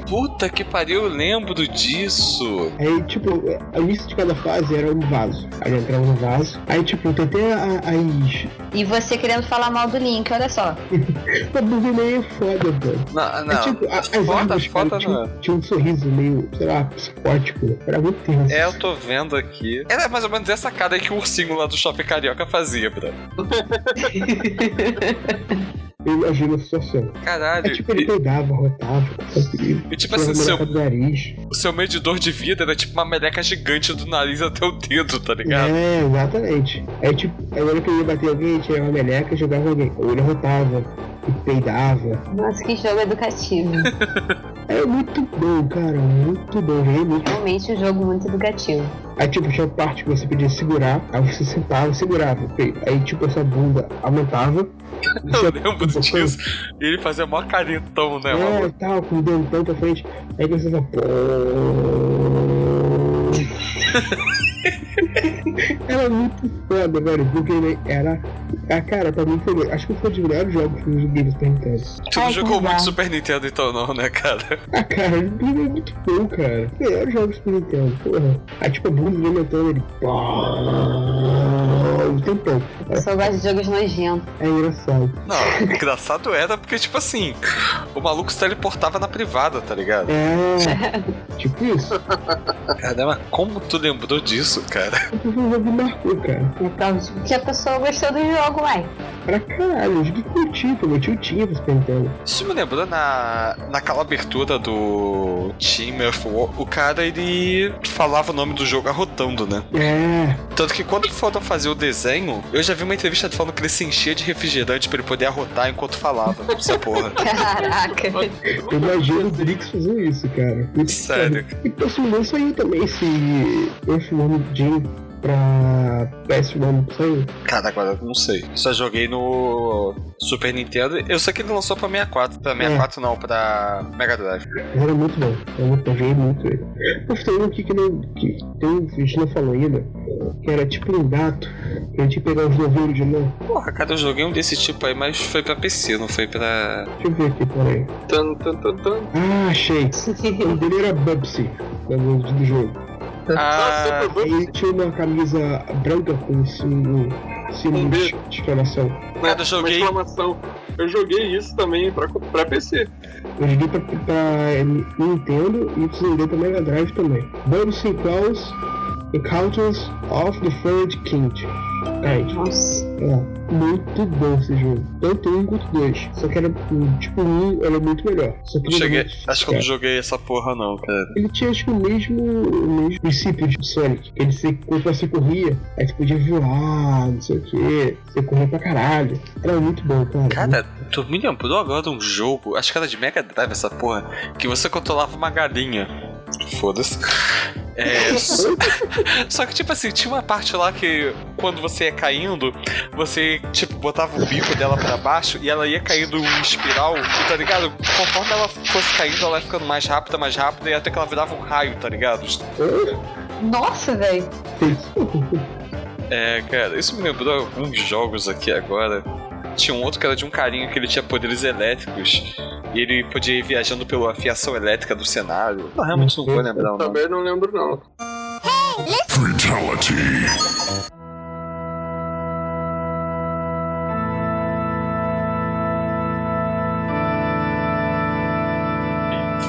Speaker 1: Puta que pariu, eu lembro disso.
Speaker 6: Aí, tipo, o início de cada fase era um vaso. Aí entrava um vaso. Aí, tipo, tem até a- as.
Speaker 3: E você querendo falar mal do Link, olha só.
Speaker 6: Tipo, A bunda é meio foda, velho.
Speaker 1: Não,
Speaker 6: É
Speaker 1: não.
Speaker 6: tipo, a- as
Speaker 1: foda,
Speaker 6: árvores, cara,
Speaker 1: foda
Speaker 6: tinha,
Speaker 1: não. é.
Speaker 6: tinha um sorriso meio, sei lá, psicótico. Era muito tenso.
Speaker 1: É, eu tô vendo aqui. Era mais ou menos essa cara aí que o ursinho lá do Shopping Carioca fazia, bro.
Speaker 6: Eu imagino a situação. É
Speaker 1: Caralho.
Speaker 6: tipo, ele peidava, rotava, conseguia.
Speaker 1: E tipo assim, seu-
Speaker 6: do nariz.
Speaker 1: O seu medidor de vida era tipo uma meleca gigante do nariz até o dedo, tá ligado?
Speaker 6: É, exatamente. É tipo, agora que eu ia bater alguém, tinha uma meleca e jogava alguém. Ou ele rotava, e peidava.
Speaker 7: Nossa, que jogo educativo.
Speaker 6: Era muito bom, cara, muito bom. Joguei muito.
Speaker 7: Realmente um jogo muito educativo.
Speaker 6: Aí, tipo, tinha parte que você podia segurar, aí você sentava e segurava o peito. Aí, tipo, essa bunda aumentava.
Speaker 1: Eu lembro disso. E ele fazia mó caretão, né,
Speaker 6: É,
Speaker 1: mano?
Speaker 6: tal, com o dentão pra frente. Aí você só. era muito foda, velho. Porque ele era. Ah, cara, pra mim foi. Acho que foi um dos melhores jogos que eu joguei no Super Nintendo.
Speaker 1: Tu não
Speaker 7: Ai,
Speaker 1: jogou
Speaker 7: como
Speaker 1: muito
Speaker 7: é.
Speaker 1: Super Nintendo então não, né, cara?
Speaker 6: Ah, cara, ele é muito bom, cara. Melhor jogo do Super Nintendo, porra. Aí, tipo, a bunda dele aumentando ele. Um tempão.
Speaker 7: Eu só gosto de jogos nojentos.
Speaker 6: É engraçado.
Speaker 1: Não, engraçado era porque, tipo assim, o maluco se teleportava na privada, tá ligado?
Speaker 6: É. tipo isso. É.
Speaker 1: Caramba, como tu lembrou disso, cara?
Speaker 6: Esse um jogo me marcou, cara.
Speaker 7: É prova de que a pessoa gostou do jogo, uai.
Speaker 6: Pra caralho, eu joguei com o tio, pô. meu tio tinha pro Super Nintendo.
Speaker 1: Isso me lembrou na, naquela abertura do Team of War, o cara ele falava o nome do jogo arrotando, né?
Speaker 6: É.
Speaker 1: Tanto que quando foram fazer o desenho, eu já vi uma entrevista falando que ele se enchia de refrigerante pra ele poder arrotar enquanto falava. Essa porra.
Speaker 7: Caraca.
Speaker 6: Eu imagino o Drix fazendo isso, cara. Muito
Speaker 1: Sério.
Speaker 6: foda. E por fim, não saiu também esse Earthworm Jim pra PS1, saiu?
Speaker 1: Cara, agora eu não sei. Só joguei no Super Nintendo. Eu sei que ele lançou pra 64. Pra 64 não, pra Mega Drive.
Speaker 6: Mas era muito bom. Eu muito joguei muito ele. Mas tem um aqui que, não, que tem, a gente não falou ainda, que era tipo um gato, que a gente ia pegar os novilhos de mão.
Speaker 1: Porra, cara, eu joguei um desse tipo aí, mas foi pra PC, não foi pra.
Speaker 6: Deixa eu ver aqui, peraí.
Speaker 2: Tan, tan, tan, tan.
Speaker 6: Ah, achei. O nome dele era Bubsy, o nome do jogo.
Speaker 2: Tá,
Speaker 1: Ah,
Speaker 2: Nossa,
Speaker 6: Ele tinha uma camisa branca com um símbolo, símbolo de exclamação.
Speaker 1: Cara, eu joguei-
Speaker 2: Uma exclamação. Eu joguei isso também pra, pra
Speaker 1: Tá
Speaker 2: PC.
Speaker 6: Eu joguei pra, pra eh, Nintendo e joguei pra Mega Drive também. Bubsy Calls Encounters of the Third King. Aí,
Speaker 7: Nossa.
Speaker 6: É, muito bom esse jogo. Tanto um quanto dois. Só que era, hum, tipo, um era muito melhor. Só que
Speaker 1: não
Speaker 6: ele
Speaker 1: cheguei.
Speaker 6: era muito-
Speaker 1: Acho que eu não
Speaker 6: é.
Speaker 1: joguei essa porra, não, cara.
Speaker 6: Ele tinha, acho que, o mesmo, o mesmo princípio de Sonic. Ele, se, quando você corria, aí você podia voar, não sei o que. Você corria pra caralho. Era muito bom, cara.
Speaker 1: Cara, tu me lembrou agora de um jogo, acho que era de Mega Drive essa porra, que você controlava uma galinha. Foda-se. É, só, só que, tipo assim, tinha uma parte lá que quando você ia caindo, você, tipo, botava o bico dela pra baixo e ela ia caindo em espiral, e, tá ligado? Conforme ela fosse caindo, ela ia ficando mais rápida, mais rápida, e até que ela virava um raio, tá ligado?
Speaker 3: Nossa, velho.
Speaker 1: É, cara, isso me lembrou alguns jogos aqui agora. Tinha um outro que era de um carinha que ele tinha poderes elétricos. E ele podia ir viajando pela fiação elétrica do cenário. Não, realmente
Speaker 6: Uhum.
Speaker 1: não vou lembrar o nome.
Speaker 2: Também não lembro não.
Speaker 4: Fatality.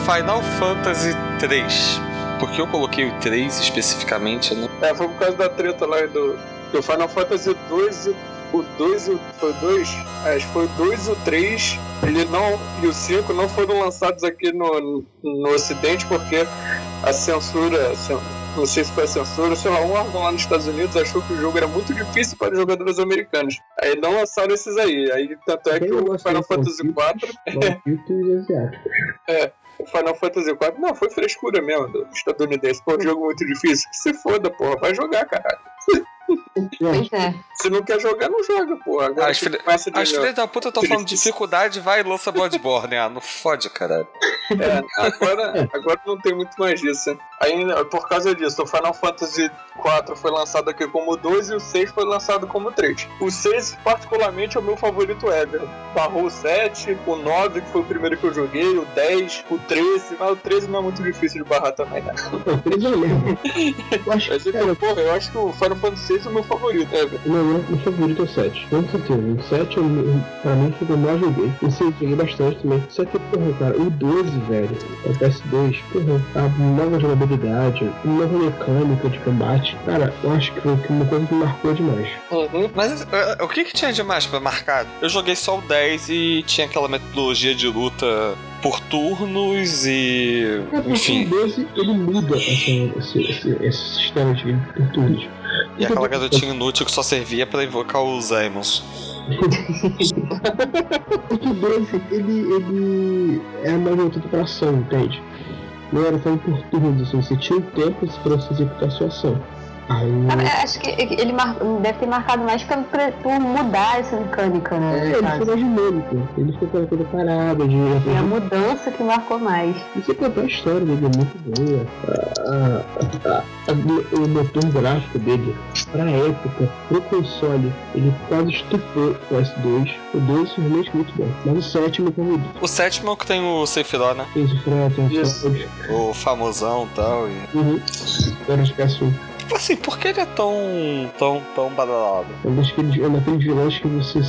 Speaker 1: Final Fantasy 3. Por que eu coloquei o 3 especificamente? Eu não-
Speaker 2: É, foi por causa da treta lá do, do Final Fantasy 2 o 2 e o. Foi 2? Acho que foi o 2 e o 3. Ele não. E o 5 não foram lançados aqui no, no Ocidente porque a censura. cen- Não sei se foi a censura, sei lá, um órgão lá nos Estados Unidos achou que o jogo era muito difícil para os jogadores americanos. Aí não lançaram esses aí. Aí tanto é que o Final Fantasy 4
Speaker 6: Asiático.
Speaker 2: o Final Fantasy IV. Não, foi frescura mesmo, do estadunidense. Pô, um jogo muito difícil. Que se foda, porra. Vai jogar, caralho.
Speaker 7: Pois é.
Speaker 2: Se não quer jogar, não joga, porra. Agora
Speaker 1: As
Speaker 2: que
Speaker 1: filha-
Speaker 2: começa de
Speaker 1: As
Speaker 2: novo.
Speaker 1: filhas da puta estão falando
Speaker 2: Triste.
Speaker 1: dificuldade, vai e lança Bloodborne. Ah, não fode, caralho.
Speaker 2: É, agora, agora não tem muito mais disso. né? Ainda por causa disso, o Final Fantasy IV foi lançado aqui como 2 e o 6 foi lançado como 3. O 6, particularmente, é o meu favorito ever. Barrou o 7, o 9, que foi o primeiro que eu joguei, o 10, o 13, mas o 13 não é muito difícil de barrar também, né?
Speaker 6: Pô, três é uma merda. Eu acho
Speaker 2: Mas,
Speaker 6: que,
Speaker 2: enfim,
Speaker 6: cara,
Speaker 2: porra, eu acho que o Final Fantasy 6 é o meu favorito ever.
Speaker 6: o meu, meu favorito é o 7. Com certeza. O 7 é o meu- pra mim foi o que eu mais joguei. O 6 joguei bastante também. Só que, porra, cara, o 12, velho, é o PS2, porra, a nova jogabilidade, a nova mecânica de combate. Cara, eu acho que foi uma coisa que me marcou demais.
Speaker 2: Uhum.
Speaker 1: Mas eh, o que, que tinha de mais pra marcar? Eu joguei só o 10 e tinha aquela metodologia de luta por turnos e.
Speaker 6: É porque
Speaker 1: Enfim.
Speaker 6: o 12 ele muda assim, esse, esse- esse sistema de por turnos.
Speaker 1: E aquela garotinha inútil que só servia pra invocar os Aemons.
Speaker 6: Porque o 12 ele, ele é era mais voltado pra ação, entende? Não era tão por turnos assim, você tinha um tempo pra você executar a sua ação. Aí.
Speaker 7: Ah,
Speaker 3: é.
Speaker 7: mas Acho que ele mar- deve ter marcado mais pelo- por, por mudar essa mecânica,
Speaker 6: É,
Speaker 7: né?
Speaker 6: ele
Speaker 7: sabe?
Speaker 6: ficou mais dinâmico, ele ficou com aquela coisa parada de.
Speaker 7: É a mudança que marcou mais.
Speaker 6: E você contar a história dele é muito boa. A- a- a- a- o motor gráfico dele, pra época, pro console, ele quase estupou o PS2. O 2 foi realmente muito bom. Mas o 7 é meu favorito.
Speaker 1: O sétimo é o que tem o Sephiroth, né?
Speaker 6: Tem o Fred, tem o
Speaker 2: Isso.
Speaker 6: Fred.
Speaker 1: O famosão e tal. E...
Speaker 6: Uhum. Era de PS1.
Speaker 1: Tipo Assim, por que ele é tão. tão, tão badalado?
Speaker 6: É um daqueles é um daqueles vilões que você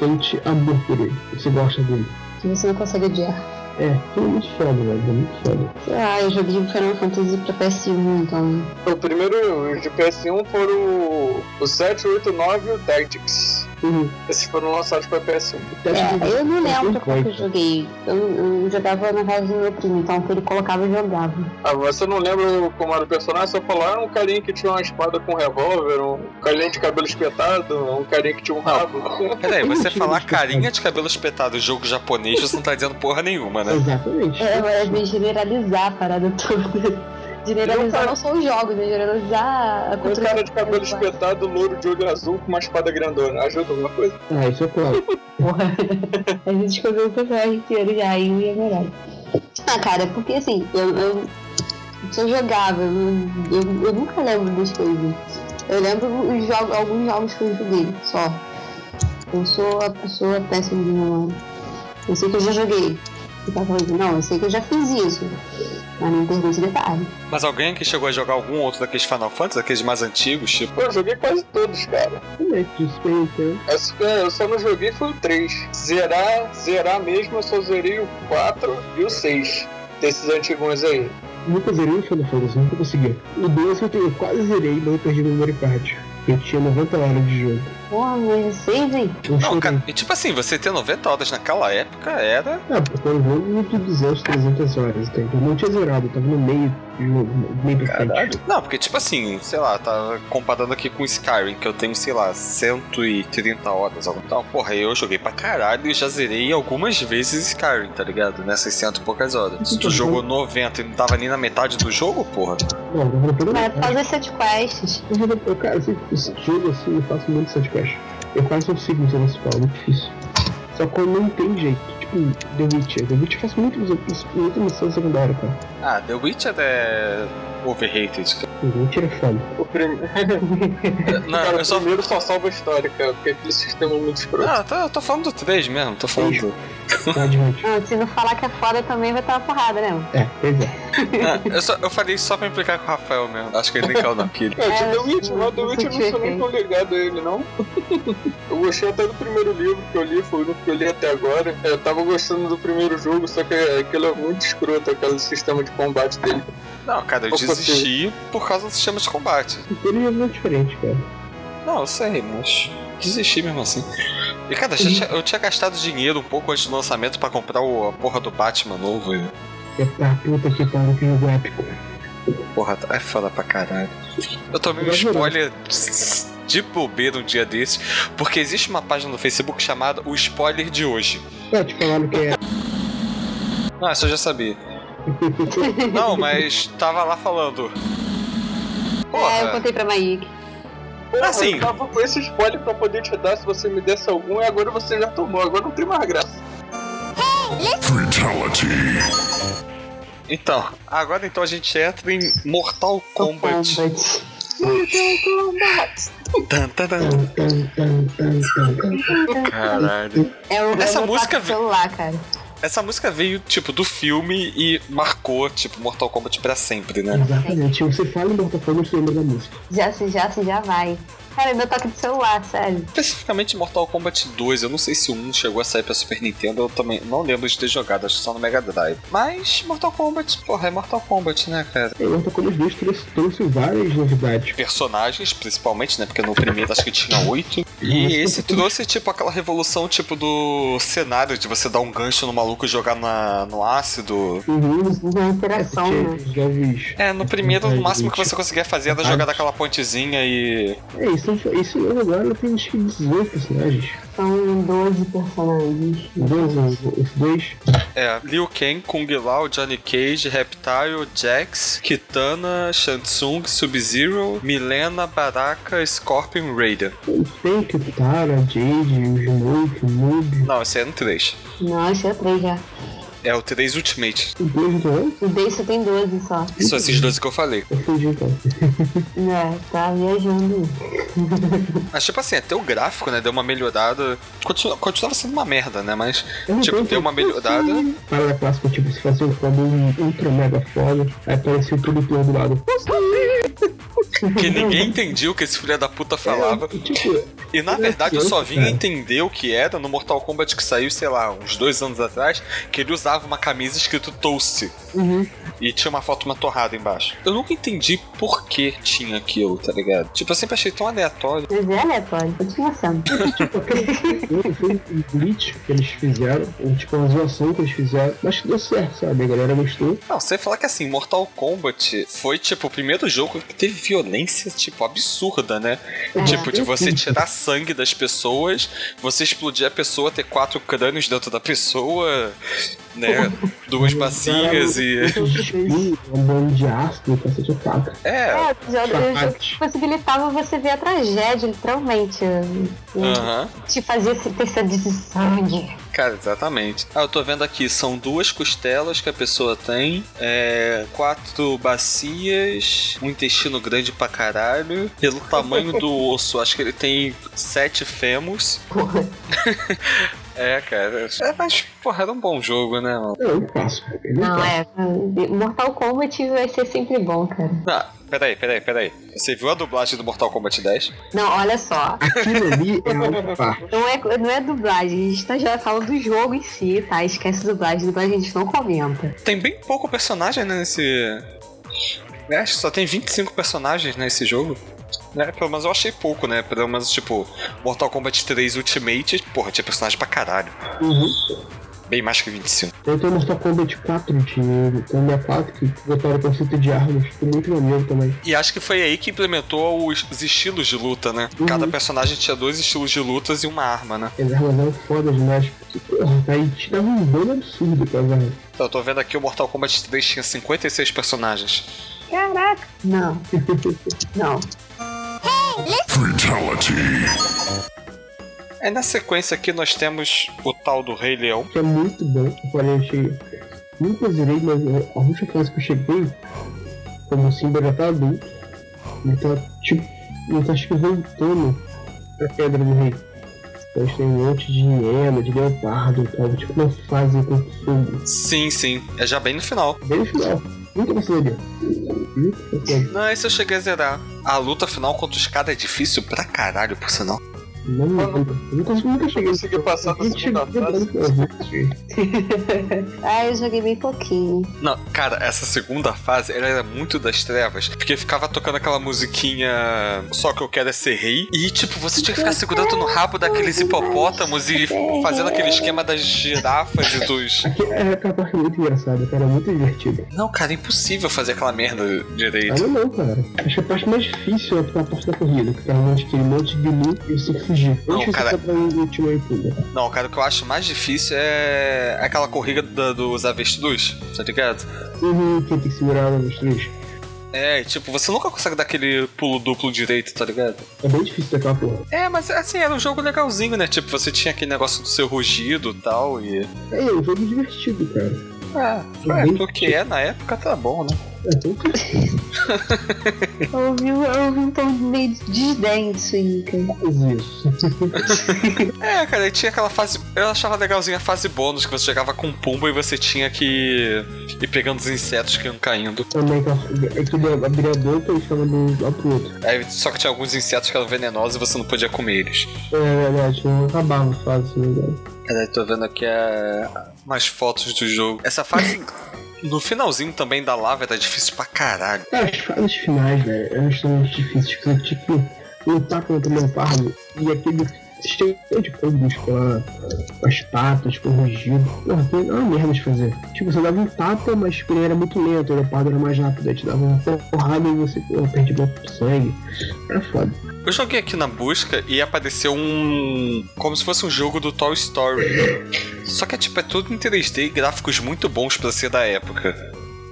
Speaker 6: sente amor por ele. Você gosta dele.
Speaker 7: Que você não consegue odiar.
Speaker 6: É, foi muito foda, velho. É muito foda.
Speaker 7: Sei lá, eu joguei o um Final Fantasy pra PS1, então.
Speaker 2: O primeiro de PS1 foram o- o 7, o 8, o 9 e o Tactics.
Speaker 6: Uhum.
Speaker 2: Esses foram lançados pra PS1.
Speaker 7: É, eu não
Speaker 6: um
Speaker 7: lembro qual que eu
Speaker 6: Muito
Speaker 7: joguei. Eu, eu jogava na casa do meu primo, então o que ele colocava eu jogava.
Speaker 2: Ah, você não lembra como era o personagem? Só falou, era um carinha que tinha uma espada com um revólver, um carinha de cabelo espetado, um carinha que tinha um rabo.
Speaker 1: Peraí, você falar carinha de cabelo espetado, jogo japonês, você não tá dizendo porra nenhuma, né?
Speaker 6: Exatamente.
Speaker 7: É, mas de generalizar a parada toda. Generalizar não só os jogos, né? Generalizar a
Speaker 2: Um
Speaker 7: cultura.
Speaker 2: cara de cabelo espetado, louro de olho azul com uma espada grandona. Ajuda alguma coisa?
Speaker 6: Ah, isso é claro.
Speaker 7: Porra. A gente escolheu o personagem inteiro já, aí é melhor. Ah, cara, porque assim, eu, eu só jogava, eu, eu, eu nunca lembro das coisas. Eu lembro os jogos, alguns jogos que eu joguei, só. Eu sou a pessoa péssima de memória. Eu sei que eu já joguei. Eu tava falando, Não, eu sei que eu já fiz isso. Mas não pergunte detalhe.
Speaker 1: Mas alguém que chegou a jogar algum outro daqueles Final Fantasy, daqueles mais antigos, tipo.
Speaker 2: Pô, eu joguei quase todos, cara.
Speaker 6: Também, né? de Super Nintendo.
Speaker 2: Eu só- Eu só não joguei foi o 3. Zerar, zerar mesmo, eu só zerei o 4 e o 6. Desses antigos aí.
Speaker 6: Nunca zerei o Final Fantasy, nunca consegui. O 12 eu, te- eu quase zerei, mas eu perdi o memory card. Eu tinha 90 horas de jogo.
Speaker 7: Porra, mas vocês, hein?
Speaker 6: Eu
Speaker 1: Não,
Speaker 6: chorei.
Speaker 1: cara, e tipo assim, você ter 90 horas naquela época era.
Speaker 6: Ah, porque eu jogo muito 200, 300 horas, entende? Eu não tinha zerado, eu tava no meio do jogo, no meio pra frente.
Speaker 1: Não, porque tipo assim, sei lá, tá comparando aqui com Skyrim, que eu tenho, sei lá, 130 horas. algo. Então, porra, eu joguei pra caralho e já zerei algumas vezes Skyrim, tá ligado? Nessas cento e poucas horas. Se tu jogou 90 e não tava nem na metade do jogo, porra.
Speaker 6: Não, eu não pego
Speaker 7: Mas é
Speaker 6: nada.
Speaker 7: por causa das sidequests.
Speaker 6: Eu jogo- eu, cara, assim, esse jogo assim, eu faço muito sidequest. Eu quase consigo ser principal, é muito difícil. Só que eu não tem jeito. Tipo, The Witcher. The Witcher eu faço muito, muita missão secundária, cara.
Speaker 1: Ah, The Witcher é. overrated.
Speaker 6: The Witcher é foda.
Speaker 2: O prim...
Speaker 1: Não,
Speaker 2: cara,
Speaker 1: eu só.
Speaker 2: o primeiro só salva a história, cara, porque aquele sistema é muito escroto.
Speaker 1: Não, eu tô, eu tô falando do 3 mesmo, tô falando. do-
Speaker 6: Tá adiante.
Speaker 7: Ah, se não falar que é foda também vai estar uma porrada, né?
Speaker 6: É, pois é.
Speaker 1: Não, Ah, eu, só, eu falei isso só pra implicar com o Rafael mesmo. Acho que ele nem caiu na pilha.
Speaker 2: É, de
Speaker 7: É,
Speaker 2: The Witch, mas The
Speaker 7: não
Speaker 2: Witch eu não sou
Speaker 7: senti
Speaker 2: nem tão ligado a ele, não. eu gostei até do primeiro livro que eu li, foi o único que eu li até agora. É, Eu tava gostando do primeiro jogo, só que aquilo é muito escroto, aquele sistema de combate dele.
Speaker 1: Não, cara, eu
Speaker 2: Ou fosse-
Speaker 1: desisti por causa do sistema de combate.
Speaker 6: Ele é muito diferente, cara.
Speaker 1: Não, eu sei, mas desisti mesmo assim. E, cara, eu tinha, eu tinha gastado dinheiro um pouco antes do lançamento pra comprar o, a porra do Batman novo. E,
Speaker 6: É tá, puta que pariu, que jogo épico.
Speaker 1: porra, é foda pra caralho. Eu tomei um
Speaker 6: Eu juro.
Speaker 1: spoiler de bobeira um dia desses, porque existe uma página no Facebook chamada O Spoiler de Hoje.
Speaker 6: É, te falaram que é.
Speaker 1: Ah, isso eu já sabia. Não, mas tava lá falando.
Speaker 7: É, eu
Speaker 1: Porra,
Speaker 7: contei pra Maíque.
Speaker 2: Porra,
Speaker 1: Assim.
Speaker 2: Eu tava com esse spoiler pra poder te dar se você me desse algum, e agora você já tomou, agora não tem mais graça.
Speaker 4: Fatality.
Speaker 1: Então, agora então a gente entra em Mortal Kombat. Tan, tan, tan. Caralho.
Speaker 7: É o
Speaker 1: Essa
Speaker 7: é o
Speaker 1: música
Speaker 7: do celular, cara.
Speaker 1: Essa música veio, tipo, do filme e marcou, tipo, Mortal Kombat pra sempre, né?
Speaker 6: Exatamente. Você fala em Mortal Kombat, você lembra da música.
Speaker 7: Já se já se já vai. Cara, é meu toque de celular, sério.
Speaker 1: Especificamente Mortal Kombat 2, eu não sei se o 1 chegou a sair pra Super Nintendo, eu também não lembro de ter jogado, acho que só no Mega Drive. Mas Mortal Kombat, porra, é Mortal Kombat, né, cara?
Speaker 6: É, Mortal Kombat 2 trouxe, trouxe várias novidades.
Speaker 1: Personagens, principalmente, né? Porque no primeiro acho que tinha oito. E esse trouxe, tipo, aquela revolução, tipo, do cenário de você dar um gancho no maluco e jogar na, no ácido.
Speaker 6: Uhum.
Speaker 7: Na interação, né?
Speaker 6: Porque jovens.
Speaker 1: É, no primeiro, o máximo que você conseguia fazer era jogar daquela pontezinha e.
Speaker 6: É, isso, isso mesmo agora tem acho que 18 personagens.
Speaker 7: São 12 personagens.
Speaker 6: 12, os dois.
Speaker 1: É, Liu Kang, Kung Lao, Johnny Cage, Reptile, Jax, Kitana, Shansung, Sub-Zero, Milena, Baraka, Scorpion, Raiden.
Speaker 6: Tem Kitara, Jade, o Smoke, o Noob.
Speaker 1: Não, esse é no 3.
Speaker 7: Não, achei é 3 já.
Speaker 1: É o 3 Ultimate.
Speaker 6: O 2 então é?
Speaker 7: O Day só tem 12 só.
Speaker 1: São esses dois que eu falei.
Speaker 6: Eu fugi então.
Speaker 7: É, tá viajando.
Speaker 1: Mas, tipo assim, até o gráfico, né, deu uma melhorada. Continua, continuava sendo uma merda, né, mas,
Speaker 6: Eu não
Speaker 1: tipo,
Speaker 6: tenho
Speaker 1: deu uma
Speaker 6: tempo.
Speaker 1: melhorada.
Speaker 6: Parada clássica, tipo, se fazer um combo ultra mega foda, aí apareceu tudo pro outro lado.
Speaker 1: Que ninguém entendia o que esse filho da
Speaker 6: É,
Speaker 1: puta falava.
Speaker 6: Tipo,
Speaker 1: E na verdade eu só vim entender o que era no Mortal Kombat que saiu, sei lá, uns dois anos atrás, que ele usava uma camisa escrito Toast. E tinha uma foto de uma torrada embaixo. Eu nunca entendi por que tinha aquilo, tá ligado? Tipo, eu sempre achei tão aleatório.
Speaker 7: Mas é aleatório, continua sendo.
Speaker 6: tipo, aquele filme foi um glitch que eles fizeram, ou, tipo, uma zoação que eles fizeram, mas que deu certo, sabe? A galera gostou.
Speaker 1: Não, você falar que assim, Mortal Kombat foi tipo o primeiro jogo que teve violência, tipo, absurda, né?
Speaker 7: É.
Speaker 1: Tipo, de você tirar sangue das pessoas, você explodir a pessoa, ter quatro crânios dentro da pessoa, né? Duas bacias e.
Speaker 6: Espinho, um bando de ácido, cacete de faca.
Speaker 1: É.
Speaker 7: É, o jogo, o jogo que possibilitava você ver a tragédia, literalmente.
Speaker 1: Aham.
Speaker 7: Te fazia se ter sede de sangue.
Speaker 1: Um. Cara, exatamente. Ah, eu tô vendo aqui, são duas costelas que a pessoa tem, é, quatro bacias, um intestino grande pra caralho. Pelo tamanho do osso, acho que ele tem sete fêmurs.
Speaker 7: Porra.
Speaker 1: É, cara. É, mas, porra, era um bom jogo, né, mano?
Speaker 6: É um clássico. Ele é um
Speaker 7: Não,
Speaker 6: clássico.
Speaker 7: é. Mortal Kombat vai ser sempre bom, cara.
Speaker 1: Ah, peraí, peraí, peraí. Você viu a dublagem do Mortal Kombat 10?
Speaker 7: Não, olha só.
Speaker 6: Aquilo ali é algo par.
Speaker 7: Não é, não é dublagem, a gente tá já fala do jogo em si, tá? Esquece dublagem, dublagem a gente não comenta.
Speaker 1: Tem bem pouco personagem né, nesse. Eu Acho que só tem 25 personagens nesse jogo. Né? Pelo menos eu achei pouco, né? Pelo menos, tipo, Mortal Kombat 3 Ultimate, porra, tinha personagem pra caralho. Bem mais que 25.
Speaker 6: Uhum. Eu tenho Mortal Kombat 4 de com 64 que botaram o conceito de armas, ficou muito maneiro também.
Speaker 1: E acho que foi aí que implementou os, os estilos de luta, né? Cada personagem tinha dois estilos de lutas e uma arma, né?
Speaker 6: As armas eram fodas demais, Tipo, porque, porra, aí te dava um dano absurdo com as armas.
Speaker 1: Então, eu tô vendo aqui o Mortal Kombat 3 tinha 56 personagens.
Speaker 7: Caraca! Não, não.
Speaker 4: Fatality.
Speaker 1: É na sequência aqui nós temos o tal do Rei Leão.
Speaker 6: que é muito bom. Eu falei, eu cheguei. Nunca zerei, mas a última fase que eu cheguei, como o Simba já tá adulto, ele tá tipo. Ele tá acho que voltando pra pedra do rei. Então tem um monte de hiena, de leopardo, tava tipo uma fase com fogo.
Speaker 1: Sim, sim. É já bem no final.
Speaker 6: Bem no final. Nunca passei dele. Nunca passei dele.
Speaker 1: Não, esse eu cheguei a zerar. A luta final contra os caras é difícil pra caralho, por sinal.
Speaker 6: Não, nunca. Nunca, nunca cheguei.
Speaker 2: consegui passar da
Speaker 6: Eu
Speaker 2: segunda
Speaker 6: cheguei-
Speaker 2: fase.
Speaker 6: eu nunca cheguei.
Speaker 7: Ah, eu joguei bem pouquinho.
Speaker 1: Não, cara, essa segunda fase ela era muito das trevas, porque ficava tocando aquela musiquinha Só que eu quero é ser rei. E tipo, você tinha que ficar segurando no rabo daqueles hipopótamos e fazendo aquele esquema das girafas e dos.
Speaker 6: Aqui é aquela parte muito engraçada, cara. Muito divertida.
Speaker 1: Não, cara, é impossível fazer aquela merda
Speaker 6: Ah,
Speaker 1: direito.
Speaker 6: não, não, cara. Acho que a parte mais difícil é a parte da corrida, que tá um monte, aquele monte de gnu e você tem que fugir.
Speaker 1: Não,
Speaker 6: Antes
Speaker 1: cara.
Speaker 6: você tá pra um último aí tudo.
Speaker 1: Não, cara, o que eu acho mais difícil é aquela corrida da- dos avestruz, tá ligado?
Speaker 6: Uhum, quem tem que segurar ela nos três.
Speaker 1: É, e, tipo, você nunca consegue dar aquele pulo duplo direito, tá ligado?
Speaker 6: É bem difícil daquela porra.
Speaker 1: É, mas assim, era um jogo legalzinho, né? Tipo, você tinha aquele negócio do seu rugido e tal, e.
Speaker 6: É, é um jogo divertido, cara.
Speaker 1: Ah,
Speaker 6: ué,
Speaker 1: porque é na época tá bom, né?
Speaker 6: É, tem que-
Speaker 3: Eu ouvi, eu ouvi um tom meio desdém disso aí, cara.
Speaker 6: Isso.
Speaker 1: É, cara, e tinha aquela fase. Eu achava legalzinha a fase bônus, que você chegava com um pumba e você tinha que ir pegando os insetos que iam caindo.
Speaker 6: Também que é que ele abria a boca e chama de um lado pro outro.
Speaker 1: Aí, só que tinha alguns insetos que eram venenosos e você não podia comer eles.
Speaker 6: É verdade, eu acabava fazendo. né?
Speaker 1: Cara, eu tô vendo aqui é, umas fotos do jogo. Essa fase. No finalzinho também da lava era difícil pra caralho.
Speaker 6: Cara, as fases finais, velho, elas são difíceis. porque Você tinha que lutar contra o leopardo e aquele cheio de combos com, a, com as patas, com o rugido. Porra, foi uma merda de fazer. Tipo, você dava um tapa, mas tipo, ele era muito lento, o leopardo era mais rápido. Aí te dava uma porrada e você porra, perdia bloco de sangue. Era foda.
Speaker 1: Eu joguei aqui na busca e apareceu um. como se fosse um jogo do Toy Story. Só que é tipo, é tudo em 3D e gráficos muito bons pra ser da época.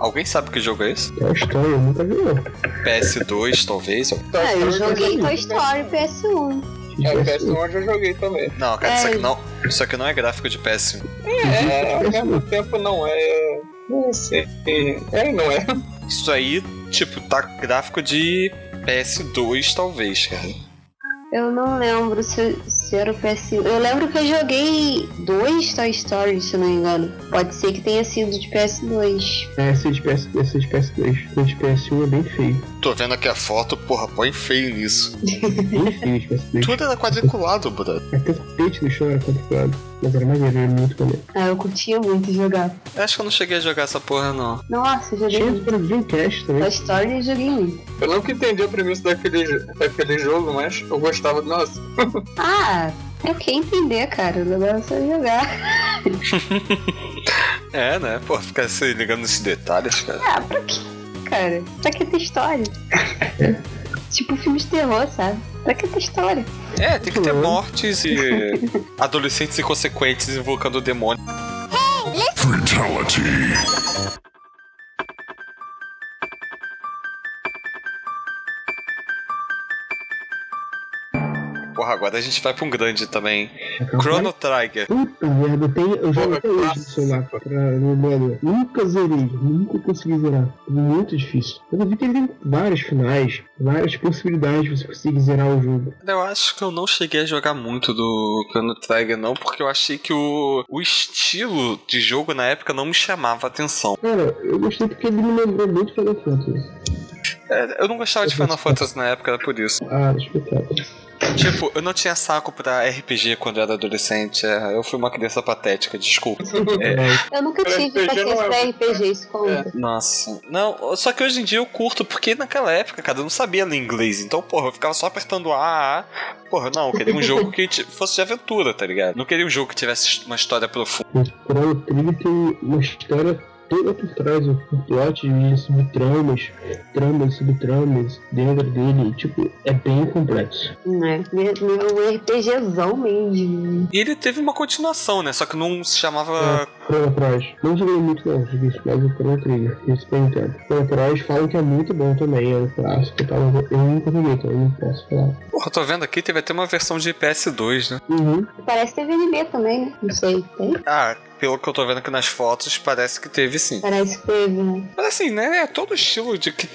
Speaker 1: Alguém sabe que jogo é esse?
Speaker 6: É uma história, eu nunca vi não.
Speaker 1: PS2, talvez?
Speaker 2: Tá,
Speaker 7: Ah, eu
Speaker 2: eu
Speaker 7: joguei
Speaker 6: também.
Speaker 7: Toy Story PS1.
Speaker 2: É, o PS1 eu já joguei também.
Speaker 1: Não, cara, isso
Speaker 7: É.
Speaker 1: aqui não. Isso aqui não é gráfico de PS1.
Speaker 2: É, ao
Speaker 6: PS1.
Speaker 2: mesmo tempo não é. Não sei. É e não é.
Speaker 1: Isso aí, tipo, tá gráfico de PS2, talvez, cara.
Speaker 7: Eu não lembro se, se era o PS1. Eu lembro que eu joguei dois Toy Story, se não me engano. Pode ser que tenha sido de PS2.
Speaker 6: É, esse de, PS, esse de PS2. O de PS1 é bem feio.
Speaker 1: Tô vendo aqui a foto, porra, põe feio nisso.
Speaker 6: Bem feio de PS2.
Speaker 1: Tudo era quadriculado, brother.
Speaker 6: Até o tapete do chão era complicado. Mas era maneiro, era muito maneiro.
Speaker 7: Ah, eu curtia muito jogar.
Speaker 1: Acho que eu não cheguei a jogar essa porra, não.
Speaker 7: Nossa, eu joguei
Speaker 6: Tinha
Speaker 7: muito.
Speaker 6: para Dreamcast também.
Speaker 7: Toy Story eu joguei muito.
Speaker 2: Eu nunca entendi a premissa daquele, jo- daquele jogo, mas eu gostava. Nossa,
Speaker 7: Ah, eu queria entender, cara. O negócio é jogar.
Speaker 1: É, né? Porra, ficar se ligando nesses detalhes, cara.
Speaker 7: Ah, pra quê, cara? Pra que ter história? tipo filme de terror, sabe? Pra que ter história?
Speaker 1: É, tem que ter mortes e adolescentes inconsequentes invocando o demônio.
Speaker 4: Fatality.
Speaker 1: Porra, agora a gente vai pra um grande também. Chrono Trigger.
Speaker 6: Puta merda, eu tenho, eu jogo
Speaker 2: Porra,
Speaker 6: até hoje
Speaker 2: clássico.
Speaker 6: no celular, cara, no emulador. Nunca zerei, nunca consegui zerar. Muito difícil. Mas eu vi que ele tem vários finais, várias possibilidades de você conseguir zerar o jogo.
Speaker 1: Eu acho que eu não cheguei a jogar muito do Chrono Trigger, não, porque eu achei que o, o estilo de jogo na época não me chamava atenção.
Speaker 6: Cara, eu gostei porque ele me lembrou muito Final Fantasy.
Speaker 1: É, Eu não gostava de Final Fantasy na época, era por isso.
Speaker 6: Ah, espetáculo.
Speaker 1: Tipo, eu não tinha saco pra RPG quando eu era adolescente. é, Eu fui uma criança patética, desculpa.
Speaker 7: Eu nunca
Speaker 2: Pra É.
Speaker 7: tive
Speaker 2: RPG
Speaker 7: paciência
Speaker 2: não é
Speaker 7: pra
Speaker 2: muito,
Speaker 7: RPG, isso conta.
Speaker 1: Nossa. Não, só que hoje em dia eu curto, porque naquela época, cara, eu não sabia ler inglês. Então, porra, eu ficava só apertando A, A. Porra, não, eu queria um jogo que ti- fosse de aventura, tá ligado? Não queria um jogo que tivesse uma história profunda.
Speaker 6: Chrono Trigger tem uma história toda por trás, um plot de subtramas, tramas, subtramas dentro dele, tipo, é bem complexo.
Speaker 7: Né? Meu, meu RPGzão mesmo.
Speaker 1: E ele teve uma continuação, né? Só que não se chamava.
Speaker 6: Chrono Cross, não joguei muito não, joguei isso mais o Chrono Trigger, isso pra Nintendo. Chrono Cross falam que é muito bom também, é um clássico e tal, mas eu nunca joguei, então eu não posso falar.
Speaker 1: Porra, tô vendo aqui, teve até uma versão de PS2, né?
Speaker 6: Uhum.
Speaker 7: Parece que teve anime também, né? Não sei, tem?
Speaker 1: Ah, pelo que eu tô vendo aqui nas fotos, parece que teve sim.
Speaker 7: Parece que teve, né?
Speaker 1: Mas assim, né? É todo estilo de que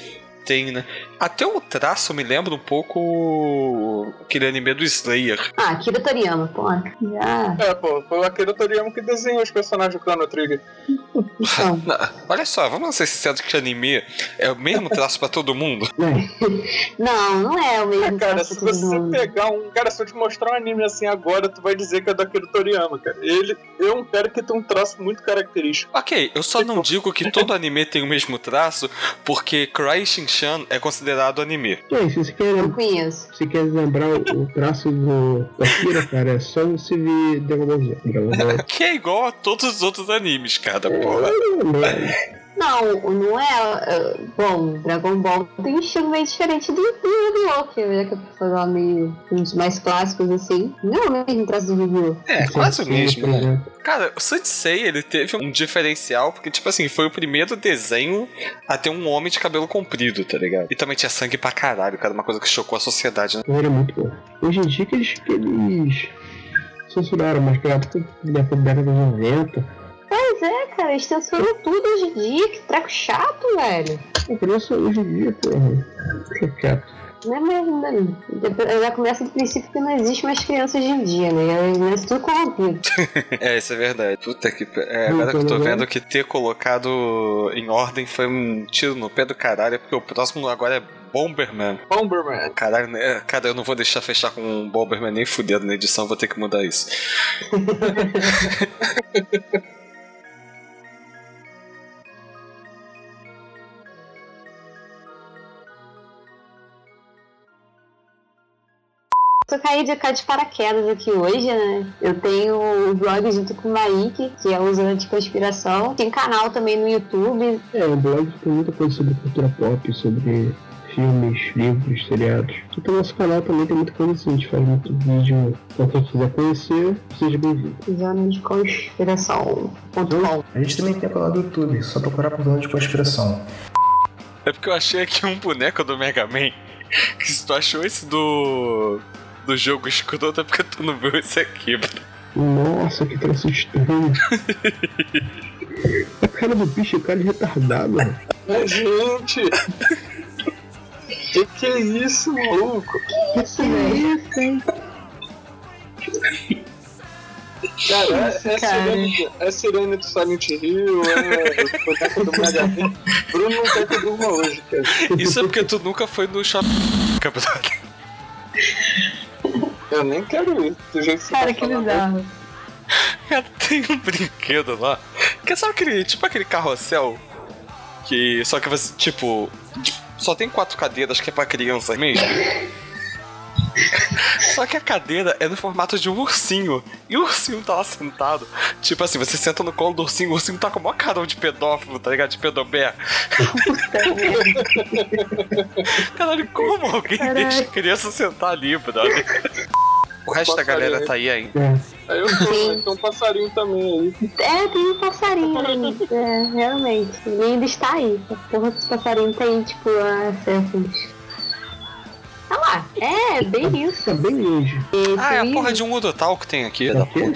Speaker 1: tem, né? Até o traço me lembra um pouco aquele anime do Slayer.
Speaker 7: Ah, Akira Toriyama, pô. Já.
Speaker 2: é, pô, foi o Akira Toriyama que desenhou os personagens do Chrono Trigger.
Speaker 7: Então,
Speaker 1: Não, olha só, vamos ser sinceros que anime é o mesmo traço pra todo mundo.
Speaker 7: não, não é o mesmo
Speaker 2: Cara,
Speaker 7: traço
Speaker 2: se
Speaker 7: que todo
Speaker 2: você
Speaker 7: mundo.
Speaker 2: pegar um. Cara, se eu te mostrar um anime assim agora, tu vai dizer que é do Akira Toriyama, cara. Ele é um cara que tem um traço muito característico.
Speaker 1: Ok, eu só não digo que todo anime tem o mesmo traço, porque Cry Shin-chan é considerado anime.
Speaker 6: E aí, se você quer,
Speaker 7: Não conheço.
Speaker 6: se você quer lembrar o, o traço do da Kira, cara, é só você ver Dragon Ball Z. Dragon Ball
Speaker 1: Que é igual a todos os outros animes, cara,
Speaker 6: é
Speaker 1: porra. É,
Speaker 6: Z.
Speaker 7: Não, não é. eh, Bom, Dragon Ball tem um estilo meio diferente do do Yu-Gi-Oh! Que é que foi lá meio. Um dos mais clássicos, assim. Não é o mesmo traço do Yu-Gi-Oh!
Speaker 1: É, quase o
Speaker 6: Sim,
Speaker 1: mesmo,
Speaker 6: por
Speaker 1: né?
Speaker 6: exemplo.
Speaker 1: Cara, o Sensei, ele teve um diferencial, porque, tipo assim, foi o primeiro desenho a ter um homem de cabelo comprido, tá ligado? E também tinha sangue pra caralho, cara, uma coisa que chocou a sociedade, né?
Speaker 6: Não era muito bom. Hoje em dia que eles, que eles censuraram, mas na época, na época da década de 90,
Speaker 7: Pois é, cara, eles censuram tudo hoje em dia, que treco chato, velho.
Speaker 6: O preço hoje em dia, porra. Fica quieto.
Speaker 7: Não é mais, não. é, Ela começa do princípio que não existe mais criança hoje em dia, né? Elas nascem tudo corrompido.
Speaker 1: É, isso é verdade. Puta que. pe- É,
Speaker 6: Não,
Speaker 1: agora que eu tô
Speaker 6: pelo menos-
Speaker 1: vendo que ter colocado em ordem foi um tiro no pé do caralho, porque o próximo agora é Bomberman.
Speaker 2: Bomberman.
Speaker 1: Caralho, né? cara, eu não vou deixar fechar com um Bomberman nem fudendo na edição, vou ter que mudar isso.
Speaker 7: Tô caí de, de paraquedas aqui hoje, né? Eu tenho o blog junto com o Maik, que é o Zona de Conspiração. Tem canal também no YouTube.
Speaker 6: É, o blog tem muita coisa sobre cultura pop, sobre filmes, livros, seriados. E pelo nosso canal também tem muita coisa assim, a gente faz muito vídeo. Então quem quiser conhecer, seja bem-vindo.
Speaker 7: Zona de Conspiração.com.
Speaker 5: A gente também tem canal do YouTube, só procurar por dono de conspiração.
Speaker 1: É porque eu achei aqui um boneco do Mega Man. Que se tu achou esse do. do jogo escroto, é porque tu não viu esse aqui, mano.
Speaker 6: Nossa, que troço estranho. A cara do bicho, é cara de retardado. mano.
Speaker 2: Mas, gente. Que que é isso, maluco?
Speaker 7: Isso, velho.
Speaker 2: Cara, é, é,
Speaker 7: Cara.
Speaker 2: sirene, é sirene do Silent Hill, é o boneco do Magadim. Bruno não quer que durma hoje, cara.
Speaker 1: Isso é porque tu nunca foi no shopping. brother.
Speaker 2: Eu nem quero ir, do jeito que você
Speaker 7: Cara,
Speaker 2: tá
Speaker 7: que
Speaker 2: falando.
Speaker 7: bizarro.
Speaker 1: Tem um brinquedo lá. Que é só aquele. Tipo aquele carrossel. Que. Só que você. Tipo. Só tem quatro cadeiras que é pra criança mesmo. Só que a cadeira é no formato de um ursinho. E o ursinho tá lá sentado. Tipo assim, você senta no colo do ursinho, o ursinho tá com o maior carão de pedófilo, tá ligado? De pedobé. Caralho, como alguém
Speaker 7: Caralho.
Speaker 1: deixa a criança sentar ali, brother? O resto da galera tá aí ainda.
Speaker 2: Aí eu tô, aí tem um passarinho também aí.
Speaker 7: É, tem um passarinho ali. É, realmente. Ele ainda está aí. A porra dos passarinhos tem, tipo, há séculos. Olha lá. É, bem isso.
Speaker 6: Tá bem longe.
Speaker 7: Esse
Speaker 1: Ah, é a
Speaker 7: aí-
Speaker 1: porra de um Urutal que tem aqui.
Speaker 6: Tá quê?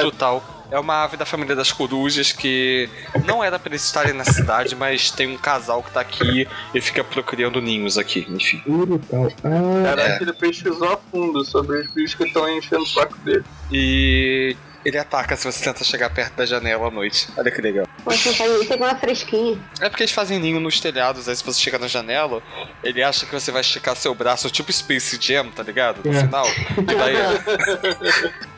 Speaker 1: Urutal. É uma ave da família das corujas que não era pra eles estarem na cidade, mas tem um casal que tá aqui e fica procriando ninhos aqui, enfim.
Speaker 6: Puro tal. Ah,
Speaker 2: Caraca, ele pesquisou a fundo sobre os bichos que estão enchendo o saco dele.
Speaker 1: E ele ataca se você tenta chegar perto da janela à noite. Olha que legal.
Speaker 7: Você faz isso com uma fresquinha.
Speaker 1: É porque eles fazem ninho nos telhados, aí se você chega na janela, ele acha que É. você vai esticar seu braço, tipo Space Jam, tá ligado? No
Speaker 6: É.
Speaker 1: final. E daí